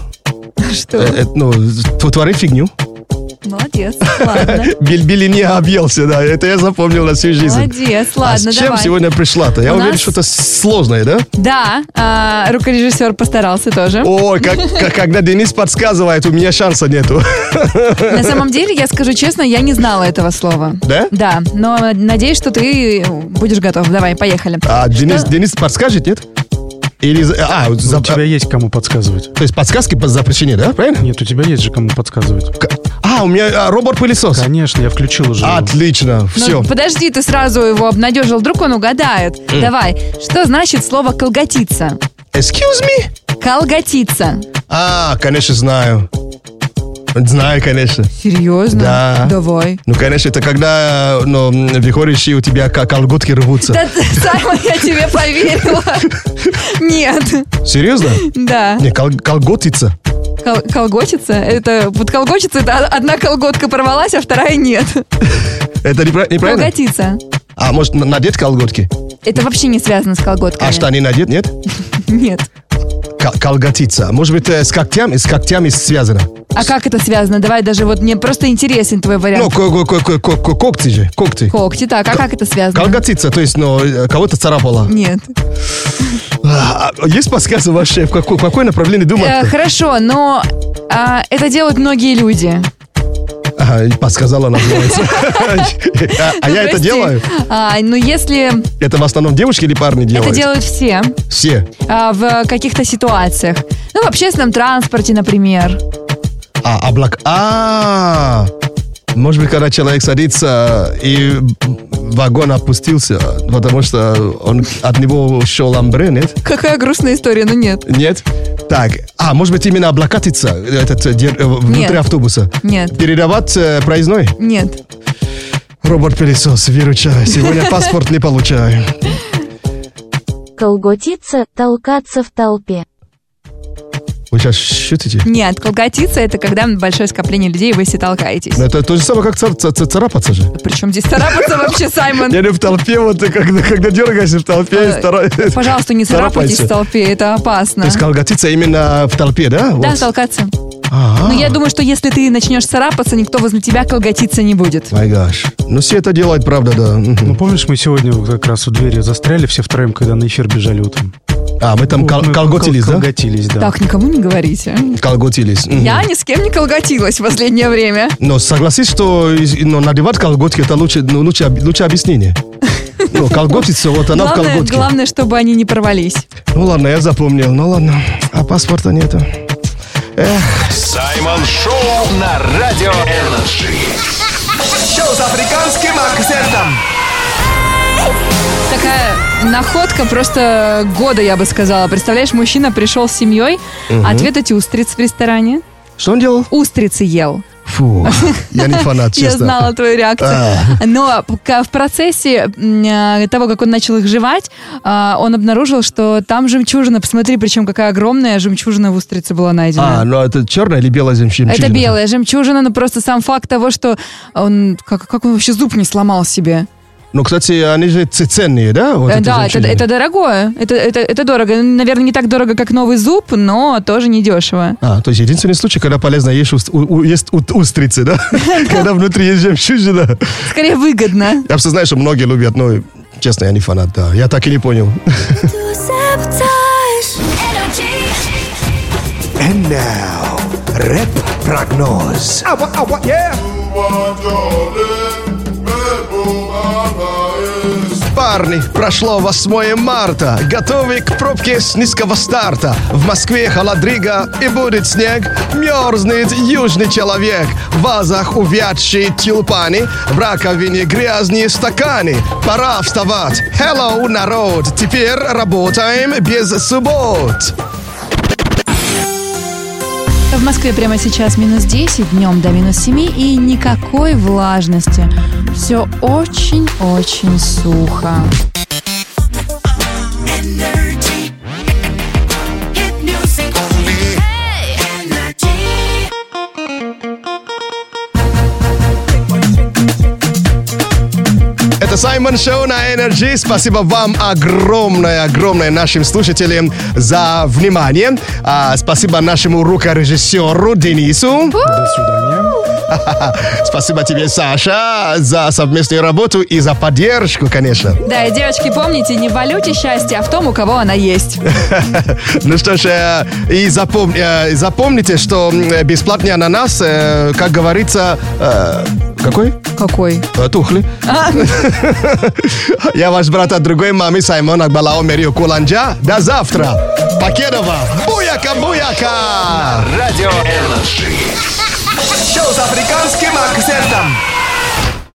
S3: Что?
S1: Э, э, ну, тв- твори фигню.
S3: Молодец,
S1: *laughs*
S3: ладно.
S1: Бильбили не объелся, да. Это я запомнил на всю жизнь.
S3: Молодец,
S1: А
S3: ладно,
S1: с чем
S3: давай.
S1: сегодня пришла-то? Я
S3: У
S1: уверен,
S3: нас-
S1: что это сложное, да?
S3: Да, а, рукорежиссер постарался тоже.
S1: Ой,
S3: *laughs*
S1: как, как- когда Денис подсказывает, у меня шанса нету.
S3: На самом деле, я скажу честно, я не знала этого слова.
S1: Да?
S3: Да, но надеюсь, что ты будешь готов. Давай, поехали.
S1: А Денис, Денис подскажет, нет? Или... за- А, у тебя
S5: Ну, есть кому подсказывать.
S1: То есть подсказки по- запрещены, да? Правильно?
S5: Нет, у тебя есть же кому подсказывать.
S1: А, у меня робот-пылесос.
S5: Конечно, я включил уже.
S1: Отлично,
S3: Ну, подожди, ты сразу его обнадежил, вдруг он угадает.
S1: Хм.
S5: М.
S3: Давай, что значит слово «колготиться»?
S1: Excuse me?
S3: Колготиться.
S1: А, конечно, знаю. Знаю, конечно.
S3: Серьезно?
S1: Да.
S3: Давай.
S1: Ну, конечно, это когда ну, м, выходишь, и у тебя как колготки рвутся.
S3: Да, ты- Саймон, я тебе поверила. Нет.
S1: Серьезно?
S3: Да.
S1: Не, кол- колготица.
S3: Кол- колготица? Это вот колготица, это одна колготка порвалась, а вторая нет.
S1: Это непра- неправильно?
S3: Колготица.
S1: А может, на- надеть колготки?
S3: Это вообще не связано с колготками.
S1: А штаны надеть, нет?
S3: Нет.
S1: Кол- Колготица. Может быть, э, с когтями, с когтями связано.
S3: А как это связано? Давай даже вот мне просто интересен твой
S1: Ну,
S3: вариант.
S1: ко- ко- ко- ко- ко- ко- когти же, когти.
S3: Когти, так, а как это связано?
S1: Колготица, то есть, ну, э, кого-то царапала.
S3: Нет.
S1: А, а есть подсказка вообще, в какое, какое направление
S3: Э,
S1: думать?
S3: хорошо, но а, это делают многие люди.
S1: подсказала она,
S3: *laughs*
S1: называется. А- А
S3: Ну,
S1: я это
S3: прости.
S1: делаю?
S3: А, ну, если
S1: Это в основном девушки или парни делают?
S3: это делают все
S1: Все.
S3: а, в каких-то ситуациях. Ну, в общественном транспорте, например.
S1: А, облак. А, может быть, когда человек садится и вагон опустился, потому что он от него шел амбре, нет?
S3: Какая грустная история, но нет.
S1: Нет? Так, а, может быть, именно облокатиться этот, э, дер- э, внутри
S3: Нет.
S1: автобуса?
S3: Нет.
S1: Передавать э, проездной?
S3: Нет.
S1: Робот-пылесос, выручай. Сегодня паспорт не получаю.
S13: Колготиться, толкаться в толпе.
S1: Ой, сейчас шутите?
S3: Нет, колготица это когда большое скопление людей, и вы все толкаетесь.
S1: Ну, Это то же самое, как цар- ца- ца- царапаться же.
S3: Причем здесь
S1: *laughs*
S3: царапаться вообще, Саймон?
S1: Я не в толпе, вот ты когда, когда дергаешься в толпе, и стара-
S3: Э, Пожалуйста, не царапайтесь в
S1: царапайся.
S3: толпе, это опасно.
S1: То есть колготица именно в толпе, да?
S3: Да,
S1: Вот.
S3: толкаться.
S1: А-а.
S3: Но я думаю, что если ты начнешь царапаться, никто возле тебя колготиться не будет.
S1: My gosh. Ну, все это делают, правда, да. Мгм.
S5: Ну, помнишь, мы сегодня как раз у двери застряли все втроем, когда на эфир бежали утром?
S1: А, мы там кол- колготились, да?
S5: Колготились, да.
S3: Так, никому не говорите.
S1: Колготились. мгм.
S3: Я ни с кем не колготилась в последнее время.
S1: Но согласись, что из- но надевать колготки это лучше, ну, лучше, об- лучше
S3: *laughs*
S1: объяснение. Ну, колготица, вот она в
S3: главное,
S1: колготке.
S3: главное, чтобы они не порвались.
S1: Ну ладно, я запомнил. Ну ладно, а паспорта нету.
S4: Саймон Шоу на Радио Энерджи.
S6: Шоу с африканским акцентом.
S3: Такая находка просто года, я бы сказала. Представляешь, мужчина пришел с семьей
S1: Мгм.
S3: отведать устриц в ресторане.
S1: Что он делал?
S3: Устрицы ел. *laughs*
S1: Фу, я не фанат,
S3: Я
S1: А честно.
S3: знала твою реакцию.
S1: А.
S3: Но пока в процессе м, а, того, как он начал их жевать, а, он обнаружил, что там жемчужина. Посмотри, причем какая огромная жемчужина в устрице была найдена.
S1: А, ну это черная или белая жемчужина?
S3: Это белая жемчужина, но просто сам факт того, что он как, как он вообще зуб не сломал себе.
S1: Ну, кстати, они же ц- ценные, да? вот
S3: Э,
S1: эти
S3: да, это,
S1: жемчужины?
S3: это дорогое. Это, это, это дорого. Ну, Наверное, не так дорого, как новый зуб, но тоже недешево.
S1: А, то есть единственный случай, когда полезно есть, уст- у- у- есть ут- устрицы,
S3: *laughs*
S1: да? *laughs* Когда внутри есть жемчужина.
S3: Скорее выгодно.
S1: Я просто знаю, что многие любят, но, честно, я не фанат, да. Я так и не понял.
S6: And now, рэп-прогноз. Ава, ава, yeah.
S1: Парни, прошло 8 марта. Готовы к пробке с низкого старта. В Москве холодрига и будет снег. Мерзнет южный человек. В вазах увядшие тюльпаны. В раковине грязные стаканы. Пора вставать. Hello, народ. Теперь работаем без суббот.
S3: В Москве прямо сейчас минус 10, днем до минус 7 и никакой влажности. Все очень-очень сухо.
S1: Это Саймон Шоу на Energy. Спасибо вам огромное, огромное нашим слушателям за внимание. А, спасибо нашему рукорежиссеру Денису.
S5: До свидания.
S1: *laughs* Спасибо тебе, Саша, за совместную работу и за поддержку, конечно. *laughs*
S3: Да, и девочки, помните, не в валюте счастье, а в том, у кого она есть.
S1: Ну что ж, э, и запом- э, запомните, что м, э, бесплатный ананас, э, как говорится, э, какой?
S3: Какой?
S1: Э, Тухлый. *laughs* Я ваш брат от другой мамы Саймон Акбалао Мерио Куланджа. До завтра. Покедова. Буяка, буяка.
S4: Радио Энерджи.
S6: Шоу с африканским акцентом.